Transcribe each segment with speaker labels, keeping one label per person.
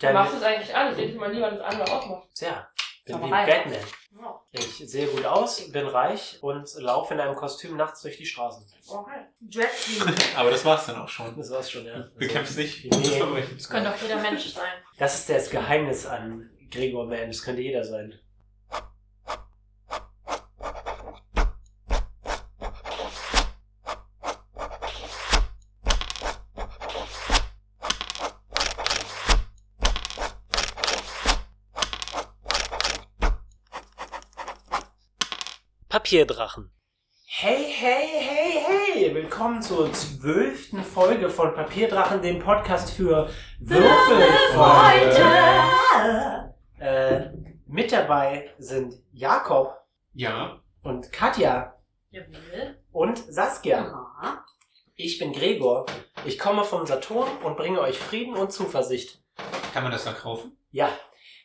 Speaker 1: Du machst
Speaker 2: Dann,
Speaker 1: es eigentlich alles. Jedes Mal lieber, dass andere aufmacht.
Speaker 2: ja, bin
Speaker 1: Aber
Speaker 2: wie
Speaker 1: rein.
Speaker 2: Batman.
Speaker 1: Wow.
Speaker 2: Ich sehe gut aus, bin reich und laufe in einem Kostüm nachts durch die Straßen.
Speaker 1: Okay.
Speaker 3: Drag Queen.
Speaker 4: Aber das war's dann auch schon.
Speaker 2: Das war's schon, ja.
Speaker 4: Du kämpfst nicht.
Speaker 2: Nee.
Speaker 4: Das Verbrechen.
Speaker 3: Das könnte auch jeder Mensch sein.
Speaker 2: Das ist das Geheimnis an Gregor Mann. Das könnte jeder sein. Papierdrachen. Hey, hey, hey, hey! Willkommen zur zwölften Folge von Papierdrachen, dem Podcast für Würfelfreunde.
Speaker 3: Heute!
Speaker 2: Äh, mit dabei sind Jakob
Speaker 4: Ja.
Speaker 2: und Katja
Speaker 3: Jawohl.
Speaker 2: und Saskia.
Speaker 3: Ja.
Speaker 2: Ich bin Gregor. Ich komme vom Saturn und bringe euch Frieden und Zuversicht.
Speaker 4: Kann man das noch kaufen?
Speaker 2: Ja,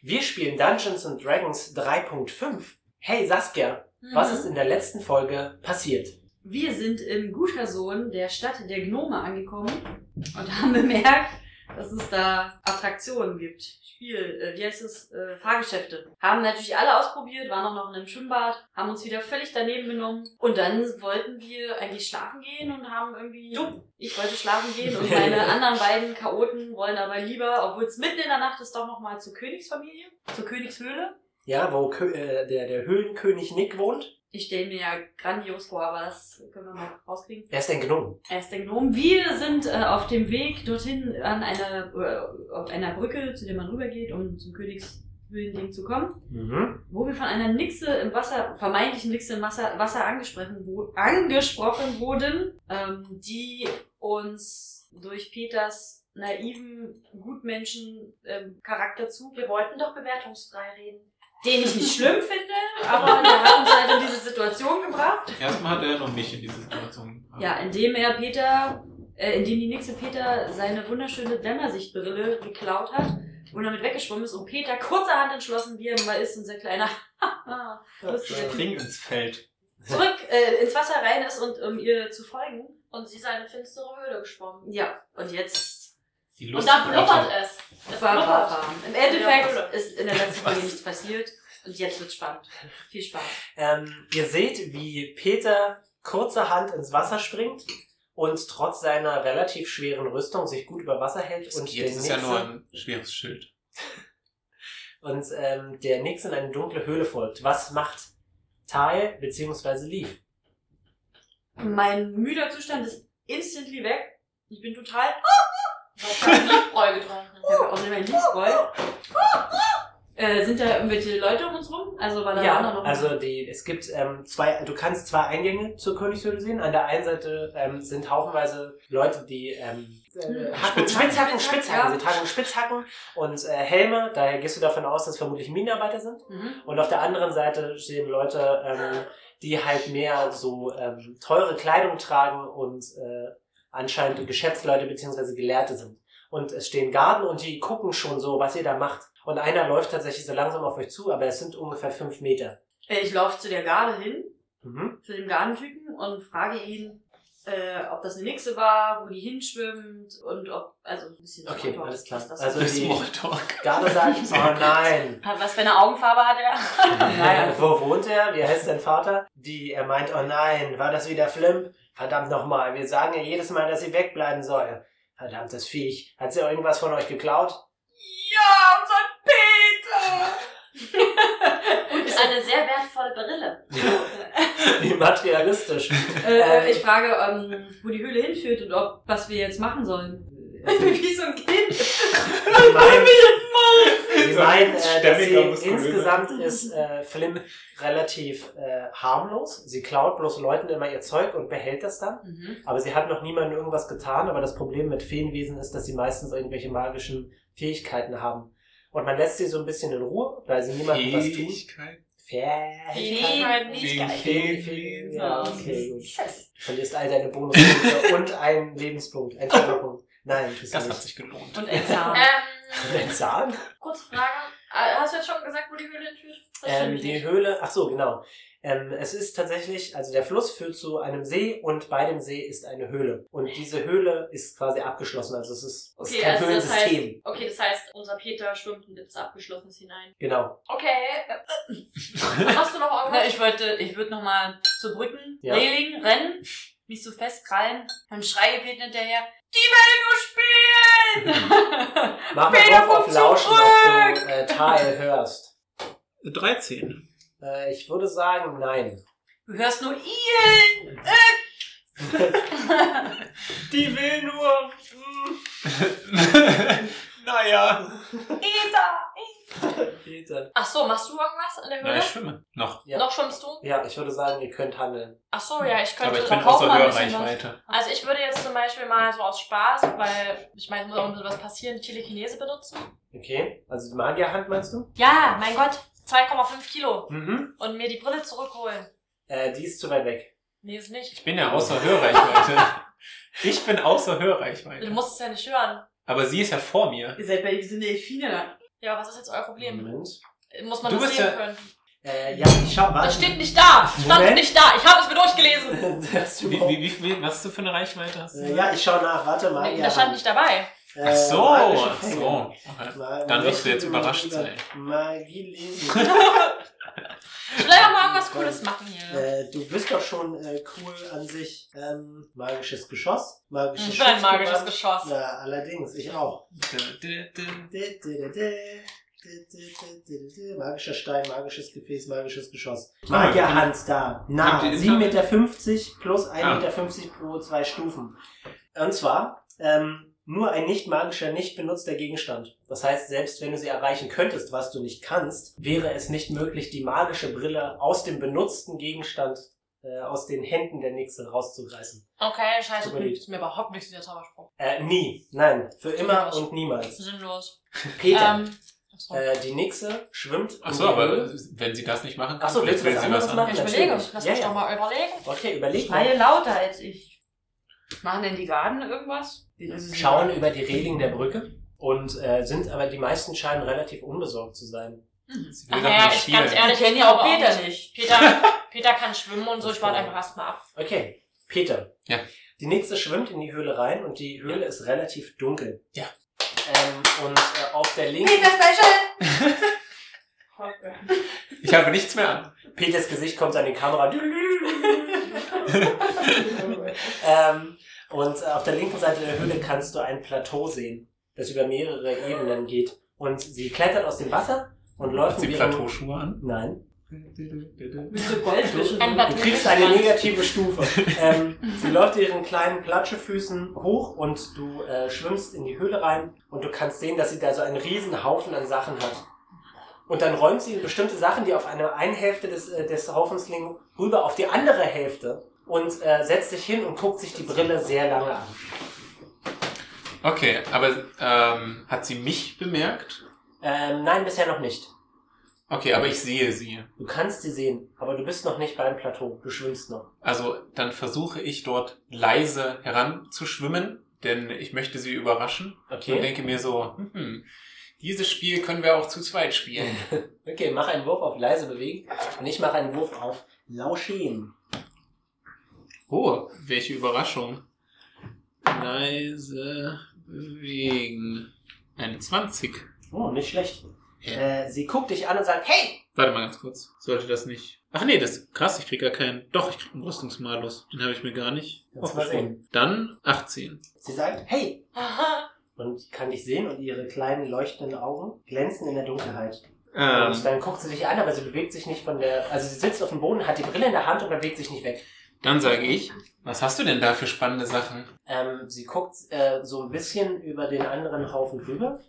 Speaker 2: wir spielen Dungeons and Dragons 3.5. Hey Saskia,
Speaker 3: Mhm.
Speaker 2: was ist in der letzten Folge passiert?
Speaker 3: Wir sind in Gutersohn, der Stadt der Gnome, angekommen und haben bemerkt, dass es da Attraktionen gibt. Spiel, äh, wie heißt es? Äh, Fahrgeschäfte. Haben natürlich alle ausprobiert, waren auch noch in einem Schwimmbad, haben uns wieder völlig daneben genommen. Und dann wollten wir eigentlich schlafen gehen und haben irgendwie. Du! Ich wollte schlafen gehen und meine anderen beiden Chaoten wollen aber lieber, obwohl es mitten in der Nacht ist, doch nochmal zur Königsfamilie, zur Königshöhle.
Speaker 2: Ja, wo Kö äh, der, der Höhlenkönig Nick wohnt?
Speaker 3: Ich stelle mir ja grandios vor, aber das können wir mal rauskriegen.
Speaker 2: Er ist ein Gnome.
Speaker 3: Er ist der Gnom. Wir sind äh, auf dem Weg dorthin an einer, äh, auf einer Brücke, zu der man rübergeht, um zum Königshöhlending zu kommen,
Speaker 2: Mhm.
Speaker 3: wo wir von einer Nixe im Wasser, vermeintlichen Nixe im Wasser, Wasser angesprochen, wo, angesprochen wurden, ähm, die uns durch Peters naiven Gutmenschen ähm, Charakter zu,
Speaker 5: Wir wollten doch bewertungsfrei reden.
Speaker 3: den ich nicht schlimm finde, aber der hat uns halt in diese Situation gebracht.
Speaker 4: Erstmal hat er noch mich in diese Situation gebracht.
Speaker 3: Ja, indem er Peter, äh, indem die Nixe Peter seine wunderschöne Dämmersichtbrille geklaut hat und damit weggeschwommen ist und Peter kurzerhand entschlossen, wie er mal ist, unser kleiner lustiger Typ,
Speaker 4: Spring ins Feld.
Speaker 3: zurück äh, ins Wasser rein ist und um ihr zu folgen.
Speaker 5: Und sie ist eine finstere Höhle geschwommen.
Speaker 3: Ja, und jetzt
Speaker 4: Die
Speaker 5: Und da blubbert
Speaker 4: Leute.
Speaker 5: es. Es
Speaker 3: bam, bam,
Speaker 5: blubbert.
Speaker 3: bam. Im
Speaker 5: Ja, Hölle.
Speaker 3: Endeffekt ist in der letzten Folge
Speaker 4: Was?
Speaker 3: nichts passiert und jetzt wird spannend. Viel Spaß.
Speaker 2: Ähm, ihr seht, wie Peter kurzerhand ins Wasser springt und trotz seiner relativ schweren Rüstung sich gut über Wasser hält und
Speaker 4: Jetzt
Speaker 2: den
Speaker 4: ist ja
Speaker 2: Nix-
Speaker 4: nur ein schweres Schild.
Speaker 2: und ähm, der Nix in eine dunkle Höhle folgt. Was macht Tal bzw. Leaf?
Speaker 3: Mein müder Zustand ist instantly weg. Ich bin total
Speaker 5: Ich hab Liebbräu getrunken.
Speaker 3: Ich habe außerdem ein Liebsboy. Äh, sind da irgendwelche Leute um uns rum? Also war da
Speaker 2: Ja,
Speaker 3: auch noch
Speaker 2: also die, es gibt ähm, zwei, du kannst zwei Eingänge zur Königshöhle sehen. An der einen Seite ähm, sind haufenweise Leute, die ähm, äh, Hacken,
Speaker 3: Spitzhacken.
Speaker 2: Spitzhacken, Spitzhacken,
Speaker 3: Ja.
Speaker 2: sie tragen Spitzhacken und äh, Helme, daher gehst du davon aus, dass vermutlich Minenarbeiter sind.
Speaker 3: mhm.
Speaker 2: Und auf der anderen Seite stehen Leute, ähm, die halt mehr so ähm, teure Kleidung tragen und äh, anscheinend Geschäftsleute bzw. Gelehrte sind. Und es stehen Garden und die gucken schon so, was ihr da macht. Und einer läuft tatsächlich so langsam auf euch zu, aber es sind ungefähr fünf Meter.
Speaker 3: Äh, Ich laufe zu der Garde hin,
Speaker 2: Mhm.
Speaker 3: zu dem Gardentypen und frage ihn, äh, ob das eine Nixe war, wo die hinschwimmt und ob, also ein bisschen
Speaker 2: Okay,
Speaker 3: Smalltalk,
Speaker 2: alles klar.
Speaker 3: was das
Speaker 2: Also
Speaker 4: Das
Speaker 2: die
Speaker 4: Smalltalk.
Speaker 2: Garde sagt, oh nein.
Speaker 3: hat, was für eine Augenfarbe hat er?
Speaker 4: Oh
Speaker 2: nein. Wo wohnt er? Wie heißt sein Vater? Die, er meint, oh nein, war das wieder Flimp? Verdammt nochmal, wir sagen ihr jedes Mal, dass sie wegbleiben soll. Verdammtes Viech. Hat sie irgendwas von euch geklaut?
Speaker 3: Ja, unser
Speaker 5: Und eine sehr wertvolle Brille.
Speaker 2: Wie materialistisch.
Speaker 3: Peter! äh, ich frage, ähm, wo die Höhle hinführt und ob, was wir jetzt machen sollen. Wie so ein Kind.
Speaker 2: Ich meine, ich
Speaker 4: So ein
Speaker 2: meine äh, dass
Speaker 4: stämmiger,
Speaker 2: sie
Speaker 4: muskulöser.
Speaker 2: insgesamt ist äh, Flim relativ äh, harmlos. Sie klaut bloß Leuten immer ihr Zeug und behält das dann.
Speaker 3: Mhm.
Speaker 2: Aber sie hat noch niemandem irgendwas getan. Aber das Problem mit Feenwesen ist, dass sie meistens irgendwelche magischen Fähigkeiten haben. Und man lässt sie so ein bisschen in Ruhe, weil sie niemandem was tut.
Speaker 4: Fähigkeit.
Speaker 2: Fähigkeiten.
Speaker 5: Fähigkeit halt nicht
Speaker 4: Fähigkeit.
Speaker 5: geil.
Speaker 2: Fähigkeiten. Ja, okay, gut.
Speaker 3: Yes.
Speaker 2: Verlierst all deine Bonuspunkte und einen Lebenspunkt, einen Schadenpunkt. Nein, tust du
Speaker 4: Das hat
Speaker 2: nicht.
Speaker 4: sich gelohnt.
Speaker 3: Und Elsa.
Speaker 5: Ähm,
Speaker 2: Dein Zahn?
Speaker 5: kurze Frage. Ah, Hast du jetzt schon gesagt, wo die Höhle hinführt? Das stimmt
Speaker 2: Ähm,
Speaker 5: nicht.
Speaker 2: die Höhle, ach so, genau. Ähm, es ist tatsächlich, also der Fluss führt zu einem See und bei dem See ist eine Höhle. Und diese Höhle ist quasi abgeschlossen, also es ist, es ist
Speaker 5: Okay,
Speaker 2: kein
Speaker 5: also das heißt,
Speaker 2: Höhlensystem.
Speaker 5: okay, das heißt, unser Peter schwimmt in das Abgeschlossenes hinein.
Speaker 2: Genau.
Speaker 5: Okay. äh, äh, Hast du noch
Speaker 3: Na,
Speaker 5: irgendwas?
Speaker 3: ich wollte, ich würde nochmal zu Brücken,
Speaker 2: Ja.
Speaker 3: Reling, rennen, mich so festkrallen und schreie Peter hinterher, die will nur spielen!
Speaker 2: Mach mal
Speaker 3: Peter,
Speaker 2: drauf auf
Speaker 3: komm
Speaker 2: Lauschen, ob du äh, Tal hörst.
Speaker 4: 13.
Speaker 2: Äh, ich würde sagen, nein.
Speaker 3: du hörst nur Ilen! Äh.
Speaker 4: Die will nur. naja.
Speaker 5: Peter!
Speaker 2: Peter.
Speaker 5: Ach so, machst du irgendwas in der
Speaker 4: Na,
Speaker 5: Höhle?
Speaker 4: ich schwimme. Noch.
Speaker 2: ja.
Speaker 5: Noch schwimmst du?
Speaker 2: Ja, ich würde sagen, ihr könnt handeln.
Speaker 5: Ach so, ja, ich könnte
Speaker 4: Aber ich
Speaker 5: da
Speaker 4: bin
Speaker 5: braucht
Speaker 4: außer
Speaker 5: man ein bisschen
Speaker 4: Hörreichweite.
Speaker 5: was. Also ich würde jetzt zum Beispiel mal so aus Spaß, weil ich meine, es muss auch ein bisschen was passieren, Telekinese benutzen.
Speaker 2: Okay? Also die Magierhand meinst du?
Speaker 5: Ja, mein Gott, 2,5 Kilo
Speaker 2: Mhm.
Speaker 5: und mir die Brille zurückholen.
Speaker 2: Äh, die ist zu weit weg.
Speaker 5: Nee, ist nicht.
Speaker 4: Ich bin ja außer Hörreichweite. ich bin außer
Speaker 5: Du
Speaker 4: Hörreichweite.
Speaker 5: musst es ja nicht hören.
Speaker 4: Aber sie ist ja vor mir.
Speaker 3: Ihr seid bei diesem Delfine.
Speaker 5: Ja, was ist jetzt euer Problem?
Speaker 2: Moment.
Speaker 5: Muss man
Speaker 4: Mhm. Du
Speaker 5: das
Speaker 4: bist
Speaker 5: sehen
Speaker 4: ja-
Speaker 5: können?
Speaker 2: Äh, ja, ich schau mal.
Speaker 5: Das steht nicht da. Stand
Speaker 2: Moment.
Speaker 5: nicht da. Ich habe es mir durchgelesen.
Speaker 2: das
Speaker 4: Wie, wie, wie viel, was du für eine Reichweite hast?
Speaker 2: äh, ja, ich schau nach. Warte mal.
Speaker 5: Nee, da stand nicht dabei.
Speaker 4: Ach so,
Speaker 2: magische
Speaker 4: ach so.
Speaker 2: Fänge.
Speaker 4: Okay.
Speaker 2: Ma-
Speaker 4: Dann wirst du
Speaker 2: Magie-
Speaker 4: jetzt überrascht sein.
Speaker 2: Magie lesen.
Speaker 5: Vielleicht auch mal irgendwas Cooles machen hier.
Speaker 2: Äh, du bist doch schon äh, cool an sich. Ähm, magisches Geschoss. Magisches
Speaker 5: Ich bin ein magisches
Speaker 2: Schutzgewand.
Speaker 5: Geschoss.
Speaker 2: Ja, allerdings. Ich auch.
Speaker 4: Dö-dö-dö.
Speaker 2: Dä, dä, dä, dä. Dä, dä, dä, dä, dä. Magischer Stein, magisches Gefäß, magisches Geschoss. Magierhand da. Na,
Speaker 4: Habt ihr
Speaker 2: 7,50 Meter plus 1,50
Speaker 4: Ah.
Speaker 2: Meter pro zwei Stufen. Und zwar ähm, nur ein nicht magischer, nicht benutzter Gegenstand. Das heißt, selbst wenn du sie erreichen könntest, was du nicht kannst, wäre es nicht möglich, die magische Brille aus dem benutzten Gegenstand äh, aus den Händen der Nächste rauszureißen.
Speaker 5: Okay, scheiße,
Speaker 2: Super Lied.
Speaker 5: ist mir überhaupt nichts dieser Zauberspruch.
Speaker 2: Äh, nie. Nein. Für immer und niemals.
Speaker 3: Ähm,
Speaker 5: Sinnlos.
Speaker 2: Peter.
Speaker 5: Ähm, achso.
Speaker 2: Äh, die Nächste schwimmt. in
Speaker 4: Ach so,
Speaker 2: die
Speaker 4: aber
Speaker 2: Höhle.
Speaker 4: wenn sie das nicht machen kann,
Speaker 2: Ach so,
Speaker 4: vielleicht
Speaker 2: willst du
Speaker 4: will
Speaker 2: was anderes
Speaker 4: sie was
Speaker 2: machen?
Speaker 4: machen.
Speaker 5: ich überlege,
Speaker 2: natürlich.
Speaker 5: lass mich
Speaker 2: Ja, ja.
Speaker 5: doch mal überlegen.
Speaker 2: Okay, überleg mal.
Speaker 3: Schreie lauter als ich. Machen denn die Garden irgendwas?
Speaker 2: Schauen über die Reling der Brücke und äh, sind aber die meisten scheinen relativ unbesorgt zu sein.
Speaker 4: Sie
Speaker 5: Ach
Speaker 4: will doch
Speaker 5: ja,
Speaker 4: nur
Speaker 5: ich, Äh, ganz
Speaker 4: spielen.
Speaker 5: ehrlich,
Speaker 3: Ich kenne ja auch
Speaker 5: glaube
Speaker 3: Peter nicht.
Speaker 5: Peter, Peter kann schwimmen und so, ich warte einfach erstmal ab.
Speaker 2: Okay, Peter.
Speaker 4: Ja.
Speaker 2: Die nächste schwimmt in die Höhle rein und die Höhle ist relativ dunkel.
Speaker 4: Ja.
Speaker 2: Ähm, und äh, auf der linken
Speaker 3: Peter Special!
Speaker 4: Ich habe nichts mehr an.
Speaker 2: Peters Gesicht kommt an die Kamera. ähm, und äh, auf der linken Seite der Höhle kannst du ein Plateau sehen, das über mehrere Ebenen geht. Und sie klettert aus dem Wasser und läuft
Speaker 4: Hat sie
Speaker 2: mit ihrem-
Speaker 4: Plateauschuhe an?
Speaker 2: Nein.
Speaker 3: Mit so Goldfischen.
Speaker 5: Ein
Speaker 2: Du kriegst eine negative Stufe. ähm, sie läuft ihren kleinen Platschefüßen hoch und du äh, schwimmst in die Höhle rein und du kannst sehen, dass sie da so einen riesen Haufen an Sachen hat. Und dann räumt sie bestimmte Sachen, die auf eine, eine Hälfte des, äh, des Haufens liegen, rüber auf die andere Hälfte und äh, setzt sich hin und guckt sich die Brille sehr lange an.
Speaker 4: Okay, aber ähm, hat sie mich bemerkt?
Speaker 2: Ähm, nein, bisher noch nicht.
Speaker 4: Okay, aber ich sehe sie.
Speaker 2: Du kannst sie sehen, aber du bist noch nicht beim Plateau. Du schwimmst noch.
Speaker 4: Also dann versuche ich dort leise heranzuschwimmen, denn ich möchte sie überraschen und
Speaker 2: Okay.
Speaker 4: denke mir so, hm, dieses Spiel können wir auch zu zweit spielen.
Speaker 2: Okay, mach einen Wurf auf leise bewegen und ich mache einen Wurf auf lauschen.
Speaker 4: Oh, welche Überraschung. Leise bewegen. Eine 20.
Speaker 2: Oh, nicht schlecht.
Speaker 4: Ja.
Speaker 2: Äh, sie guckt dich an und sagt, hey!
Speaker 4: Warte mal ganz kurz. Sollte das nicht. Ach nee, das ist krass, ich krieg gar keinen. Doch, ich krieg einen Rüstungsmalus. Den habe ich mir gar nicht.
Speaker 2: Lass mal
Speaker 4: aufgeschrieben.
Speaker 2: sehen.
Speaker 4: Dann 18.
Speaker 2: Sie sagt, hey!
Speaker 5: Aha.
Speaker 2: Und kann dich sehen und ihre kleinen leuchtenden Augen glänzen in der Dunkelheit.
Speaker 4: Ähm,
Speaker 2: Und dann guckt sie dich an, aber sie bewegt sich nicht von der. Also sie sitzt auf dem Boden, hat die Brille in der Hand und bewegt sich nicht weg.
Speaker 4: dann sage ich, was hast du denn da für spannende Sachen?
Speaker 2: Ähm, sie guckt äh, so ein bisschen über den anderen Haufen rüber.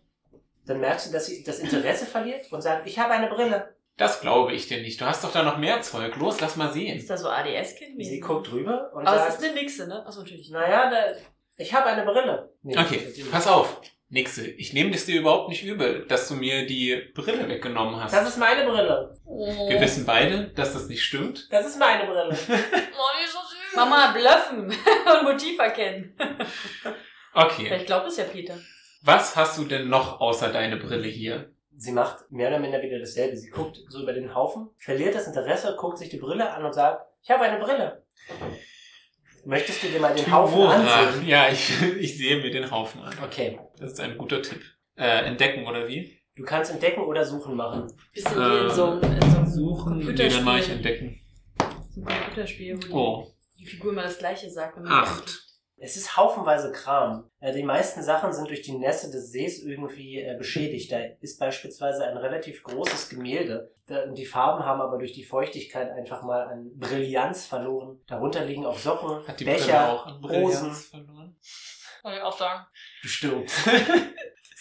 Speaker 2: Dann merkst du, dass sie das Interesse verliert und sagt, ich habe eine Brille.
Speaker 4: Das glaube ich dir nicht. Du hast doch da noch mehr Zeug. Los, lass mal sehen.
Speaker 3: Ist da so ADS-Kind?
Speaker 2: Sie guckt rüber und
Speaker 3: Aber es
Speaker 2: sagt,
Speaker 3: ist eine Mixe, ne? Achso, natürlich.
Speaker 2: naja, da, ich habe eine Brille. Nee,
Speaker 4: Okay, pass auf. Nixel, ich nehme es dir überhaupt nicht übel, dass du mir die Brille weggenommen hast.
Speaker 2: Das ist meine Brille.
Speaker 5: Oh.
Speaker 4: Wir wissen beide, dass das nicht stimmt.
Speaker 2: Das ist meine Brille.
Speaker 5: Oh, die ist so süß.
Speaker 3: Mama, bluffen und Motiv erkennen.
Speaker 4: Okay,
Speaker 3: Vielleicht glaubt es ja Peter.
Speaker 4: was hast du denn noch außer deine Brille hier?
Speaker 2: Sie macht mehr oder minder wieder dasselbe. Sie guckt so über den Haufen, verliert das Interesse, guckt sich die Brille an und sagt, ich habe eine Brille. Möchtest du dir mal den Haufen ansehen?
Speaker 4: Ja, ich, ich sehe mir den Haufen an.
Speaker 2: Okay.
Speaker 4: Das ist ein guter Tipp. Äh, entdecken oder wie?
Speaker 2: Du kannst entdecken oder suchen machen.
Speaker 3: Bisschen
Speaker 4: Äh,
Speaker 3: wie in so einem in so einem
Speaker 4: Suchen. Nee, dann mache ich
Speaker 3: Computerspiel.
Speaker 4: entdecken.
Speaker 3: So ein Computerspiel, wo
Speaker 4: Oh,
Speaker 3: die, die Figur immer das gleiche sagt. wenn man
Speaker 4: acht.
Speaker 2: Es ist haufenweise Kram. Äh, die meisten Sachen sind durch die Nässe des Sees irgendwie äh, beschädigt. Da ist beispielsweise ein relativ großes Gemälde. Da, die Farben haben aber durch die Feuchtigkeit einfach mal an Brillanz verloren. Darunter liegen auch Socken,
Speaker 4: Hat die Brille
Speaker 2: Becher.
Speaker 4: auch an
Speaker 2: Hosen.
Speaker 4: Brillanz verloren?
Speaker 5: Soll ich auch sagen.
Speaker 2: Bestimmt.